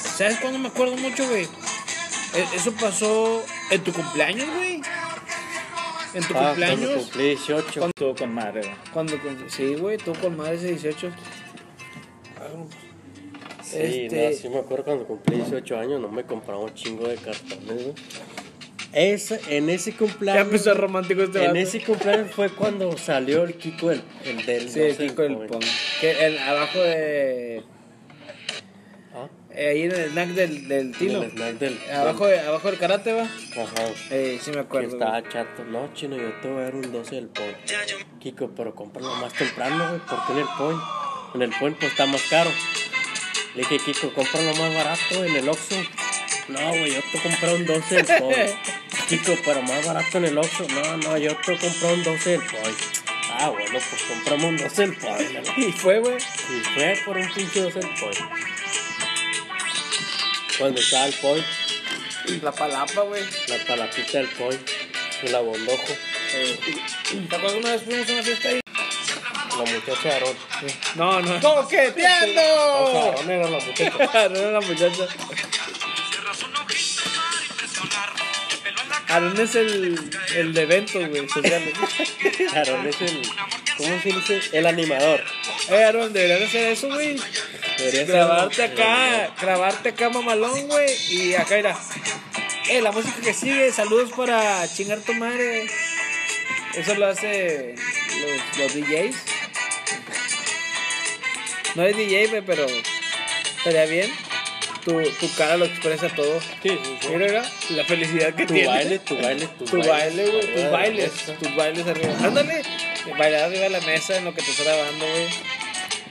[SPEAKER 3] ¿Sabes cuándo me acuerdo mucho, güey? E- Eso pasó en tu cumpleaños, güey. En tu
[SPEAKER 1] Ah,
[SPEAKER 3] cumpleaños.
[SPEAKER 1] Cuando cumplí 18.
[SPEAKER 2] Estuvo con madre, güey.
[SPEAKER 3] Cuando con- sí, güey, tú con madre de 18. Aaron,
[SPEAKER 1] Sí,
[SPEAKER 3] Este-
[SPEAKER 1] no, sí me acuerdo cuando cumplí 18 años, no me compraba un chingo de cartones, güey. Ese- en ese cumpleaños.
[SPEAKER 3] Ya empezó romántico este
[SPEAKER 1] En
[SPEAKER 3] vato.
[SPEAKER 1] ese cumpleaños fue cuando salió el Kiko del. El del
[SPEAKER 3] Sí,
[SPEAKER 1] no
[SPEAKER 3] el
[SPEAKER 1] sé,
[SPEAKER 3] Kiko del
[SPEAKER 1] joven.
[SPEAKER 3] Pong. Que el, abajo de.
[SPEAKER 1] Ah.
[SPEAKER 3] eh, ahí en el snack del, del Tino.
[SPEAKER 1] El snack del.
[SPEAKER 3] Abajo, de- abajo del karate, va.
[SPEAKER 1] del- Ajá.
[SPEAKER 3] Eh, sí, me
[SPEAKER 1] Que
[SPEAKER 3] acuerdo. güey.
[SPEAKER 1] estaba chato. No, chino, yo te voy a dar un 12 del Pong. Kiko, pero cómpralo más temprano, güey. ¿Por qué en el Pong? En el Pong, pues está más caro. Le dije, Kiko, cómpralo más barato en el Oxxo. No, güey, yo te compré un 12 del Pong. Kiko, pero más barato en el Oxxo. No, no, yo te compré un 12 del Pong. Ah, bueno, pues compramos un 12 del Pong. ¿no?
[SPEAKER 3] Y fue, güey.
[SPEAKER 1] Y fue por un pinche 12 del Pong. Cuando estaba el Pong,
[SPEAKER 3] La palapa, güey.
[SPEAKER 1] la palapita del Pong, se la bondojo.
[SPEAKER 3] Eh, ¿Te acuerdas que una vez fuimos a una fiesta ahí?
[SPEAKER 1] La muchacha de Aarón.
[SPEAKER 3] No, no.
[SPEAKER 1] O sea,
[SPEAKER 2] ¡Coqueteando!
[SPEAKER 1] Aarón era la muchacha.
[SPEAKER 3] Aaron era la muchacha. Aaron es el, el de eventos, güey, sociales.
[SPEAKER 1] Aarón es el. ¿Cómo se dice? El animador.
[SPEAKER 3] Eh, Aaron, deberías hacer eso, güey.
[SPEAKER 1] Debería ser-
[SPEAKER 3] Grabarte acá, grabarte acá, mamalón, güey. Y acá era. Eh, la música que sigue, saludos para chingar tu madre. Eso lo hace los, los DJs. No es DJ, güey, pero estaría bien. Tu, tu cara lo expresa todo.
[SPEAKER 1] Sí, sí, sí.
[SPEAKER 3] Mira, mira, la felicidad que
[SPEAKER 1] Tu
[SPEAKER 3] tiene.
[SPEAKER 1] baile, tu baile, tu,
[SPEAKER 3] Tu baile, güey, tus
[SPEAKER 1] Arriba
[SPEAKER 3] bailes, Ah,
[SPEAKER 1] de la mesa.
[SPEAKER 3] tus bailes arriba. Ándale, bailar arriba de la mesa en lo que te está grabando, güey.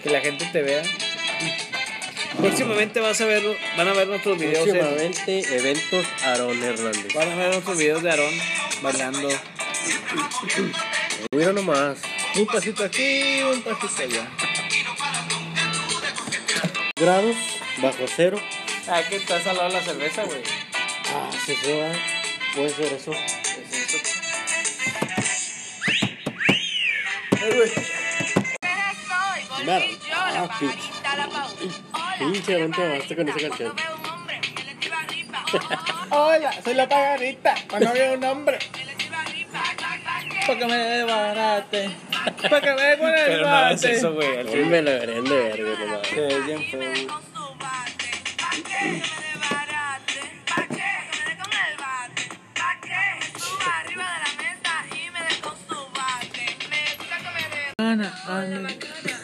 [SPEAKER 3] Que la gente te vea. Próximamente vas a ver, van a ver nuestros videos, en-
[SPEAKER 1] Próximamente, eventos Aarón Hernández.
[SPEAKER 3] van a ver nuestros videos de Aarón bailando.
[SPEAKER 1] Mira nomás.
[SPEAKER 2] Un pasito aquí, un pasito allá.
[SPEAKER 1] grados bajo cero.
[SPEAKER 3] Ah, que está salada la cerveza, güey.
[SPEAKER 1] Ah, se prueba. Puede ser eso. Mira. Ah, pinche. Pinche,
[SPEAKER 4] Pinche,
[SPEAKER 1] ¿dónde
[SPEAKER 4] ¿dónde
[SPEAKER 1] te
[SPEAKER 4] te
[SPEAKER 1] babaste
[SPEAKER 4] con esa canción?
[SPEAKER 2] oh, Hola, soy la pagarita. Cuando había un hombre. Pa' que me desbarate. Pa' que me desbarate.
[SPEAKER 3] Pero no es eso, güey. al chile.
[SPEAKER 1] Me la veré de verga, no mames.
[SPEAKER 3] Es bien feo, güey.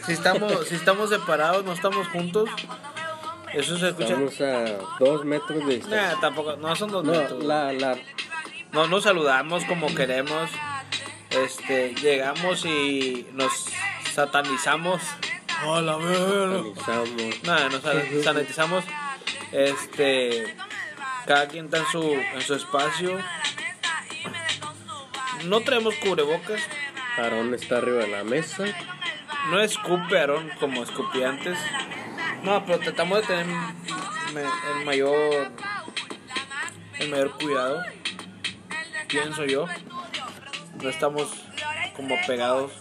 [SPEAKER 3] Si estamos, si estamos separados, no estamos juntos. Eso se escucha.
[SPEAKER 1] Estamos a dos metros de distancia.
[SPEAKER 3] Nah, tampoco. No son dos
[SPEAKER 1] No,
[SPEAKER 3] metros. güey.
[SPEAKER 1] la, la.
[SPEAKER 3] No nos saludamos como queremos. Este, llegamos y nos satanizamos. Hola,
[SPEAKER 1] Analizamos.
[SPEAKER 3] Nada, nos san- sanitizamos. Este, cada quien está en su, en su espacio. No traemos cubrebocas.
[SPEAKER 1] Aarón está arriba de la mesa.
[SPEAKER 3] No escupe Aarón como escupí antes. No, pero tratamos de tener me- el mayor el mayor cuidado. Pienso yo. No estamos como pegados.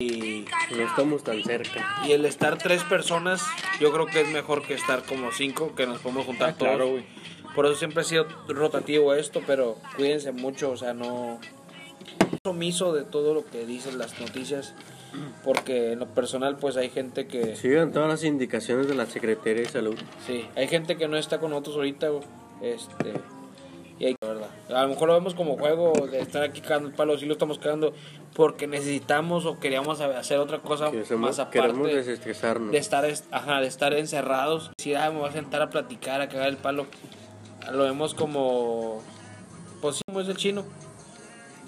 [SPEAKER 3] Y,
[SPEAKER 1] No estamos tan cerca.
[SPEAKER 3] y el estar tres personas, yo creo que es mejor que estar como cinco, que nos podemos juntar todos. Por eso siempre ha sido rotativo esto, pero cuídense mucho, o sea, no omiso de todo lo que dicen las noticias, porque en lo personal pues hay gente que
[SPEAKER 1] Sigan todas las indicaciones de la Secretaría de Salud.
[SPEAKER 3] sí, hay gente que no está con nosotros ahorita, güey, este y hay la verdad. A lo mejor lo vemos como juego de estar aquí cagando el palo, sí lo estamos cagando porque necesitamos o queríamos hacer otra cosa
[SPEAKER 1] Que somos-
[SPEAKER 3] más aparte
[SPEAKER 1] queremos desestresarnos.
[SPEAKER 3] de estar, est- ajá, de estar encerrados. Si ah, me voy a sentar a platicar, a cagar el palo, lo vemos como. Pues sí, como es el chino.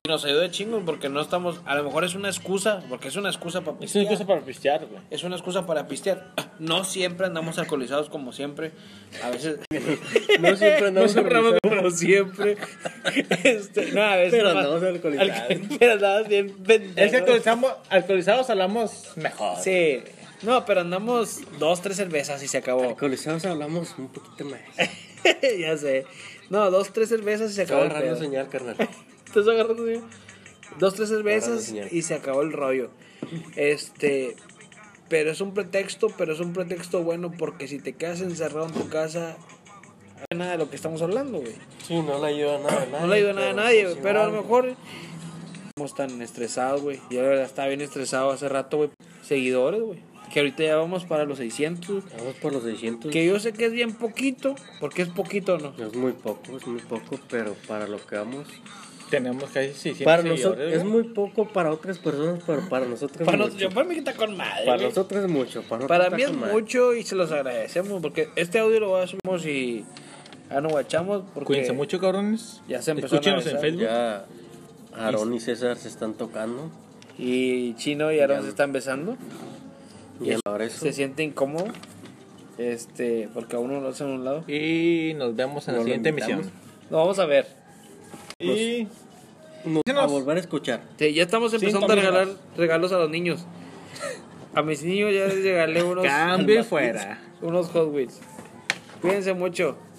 [SPEAKER 3] Y nos ayuda de chingos porque no estamos. A lo mejor es una excusa, porque es una excusa para
[SPEAKER 5] Es una
[SPEAKER 3] pistear.
[SPEAKER 5] cosa para pistear, güey.
[SPEAKER 3] Es una excusa para pistear. Ah, No siempre andamos alcoholizados como siempre. A veces.
[SPEAKER 1] No siempre
[SPEAKER 3] No
[SPEAKER 1] andamos
[SPEAKER 3] siempre andamos
[SPEAKER 1] alcoholizados.
[SPEAKER 3] como siempre. Este, no, a veces
[SPEAKER 1] Pero
[SPEAKER 3] nomás-
[SPEAKER 1] andamos alcoholizados.
[SPEAKER 3] Alco- Pero andamos bien
[SPEAKER 5] Es que
[SPEAKER 3] pendejos.
[SPEAKER 5] actualizamos, actualizados hablamos mejor.
[SPEAKER 3] Sí. No, pero andamos dos, tres cervezas y se acabó.
[SPEAKER 1] Alcoholizados hablamos un poquito más.
[SPEAKER 3] ya sé. No, dos, tres cervezas y se
[SPEAKER 1] Estaba
[SPEAKER 3] acabó el
[SPEAKER 1] agarrando
[SPEAKER 3] pedo.
[SPEAKER 1] señal, carnal.
[SPEAKER 3] Estás agarrando señal. Dos, tres cervezas
[SPEAKER 1] señal.
[SPEAKER 3] y se acabó el rollo. Este. Pero es un pretexto, pero es un pretexto bueno porque si te quedas encerrado en tu casa. no hay Nada de lo que estamos hablando, güey.
[SPEAKER 1] Sí, no le ayuda nada a nadie.
[SPEAKER 3] No le digo nada a nadie, güey,
[SPEAKER 1] pues,
[SPEAKER 3] pero a lo
[SPEAKER 1] igual.
[SPEAKER 3] mejor. Estamos tan estresados, güey. Yo la verdad estaba bien estresado hace rato, güey. Seguidores, güey. Que ahorita ya vamos para los 600.
[SPEAKER 1] Vamos por los 600.
[SPEAKER 3] Que yo sé que es bien poquito, porque es poquito, ¿no?
[SPEAKER 1] Es muy poco, es muy poco, pero para lo que vamos.
[SPEAKER 5] Tenemos casi 600
[SPEAKER 1] Para
[SPEAKER 5] seguidores,
[SPEAKER 1] nosotros es
[SPEAKER 5] güey.
[SPEAKER 1] muy poco para otras personas, pero para nosotros
[SPEAKER 3] Para,
[SPEAKER 1] es
[SPEAKER 3] nos-
[SPEAKER 1] mucho.
[SPEAKER 3] yo, para mí que está con madre.
[SPEAKER 1] Para
[SPEAKER 3] güey.
[SPEAKER 1] nosotros es mucho. Para,
[SPEAKER 3] Para
[SPEAKER 1] nosotros
[SPEAKER 3] mí es
[SPEAKER 1] está mal.
[SPEAKER 3] mucho y se los agradecemos porque este audio lo subimos y anuachamos porque
[SPEAKER 5] Cuídense mucho, cabrones.
[SPEAKER 3] Ya se empezaron
[SPEAKER 5] Escúchenos
[SPEAKER 3] a
[SPEAKER 5] en
[SPEAKER 3] besar.
[SPEAKER 5] Facebook.
[SPEAKER 1] Ya Aarón y César se están tocando.
[SPEAKER 3] y Chino y Aaron se están besando.
[SPEAKER 1] Y ahora eso.
[SPEAKER 3] Se siente incómodo este porque a uno lo hacen a un lado.
[SPEAKER 5] Y nos vemos en la
[SPEAKER 1] No lo
[SPEAKER 5] siguiente
[SPEAKER 1] invitamos.
[SPEAKER 5] emisión.
[SPEAKER 3] Lo vamos a ver.
[SPEAKER 5] Y
[SPEAKER 1] Nos- a
[SPEAKER 5] Díganos.
[SPEAKER 1] volver a escuchar.
[SPEAKER 3] Sí, ya estamos empezando
[SPEAKER 5] Cinco
[SPEAKER 3] a regalar
[SPEAKER 5] minutos.
[SPEAKER 3] regalos a los niños. A mis niños ya les regalé unos
[SPEAKER 5] cambio y fuera.
[SPEAKER 3] unos Hot Wheels. Cuídense mucho.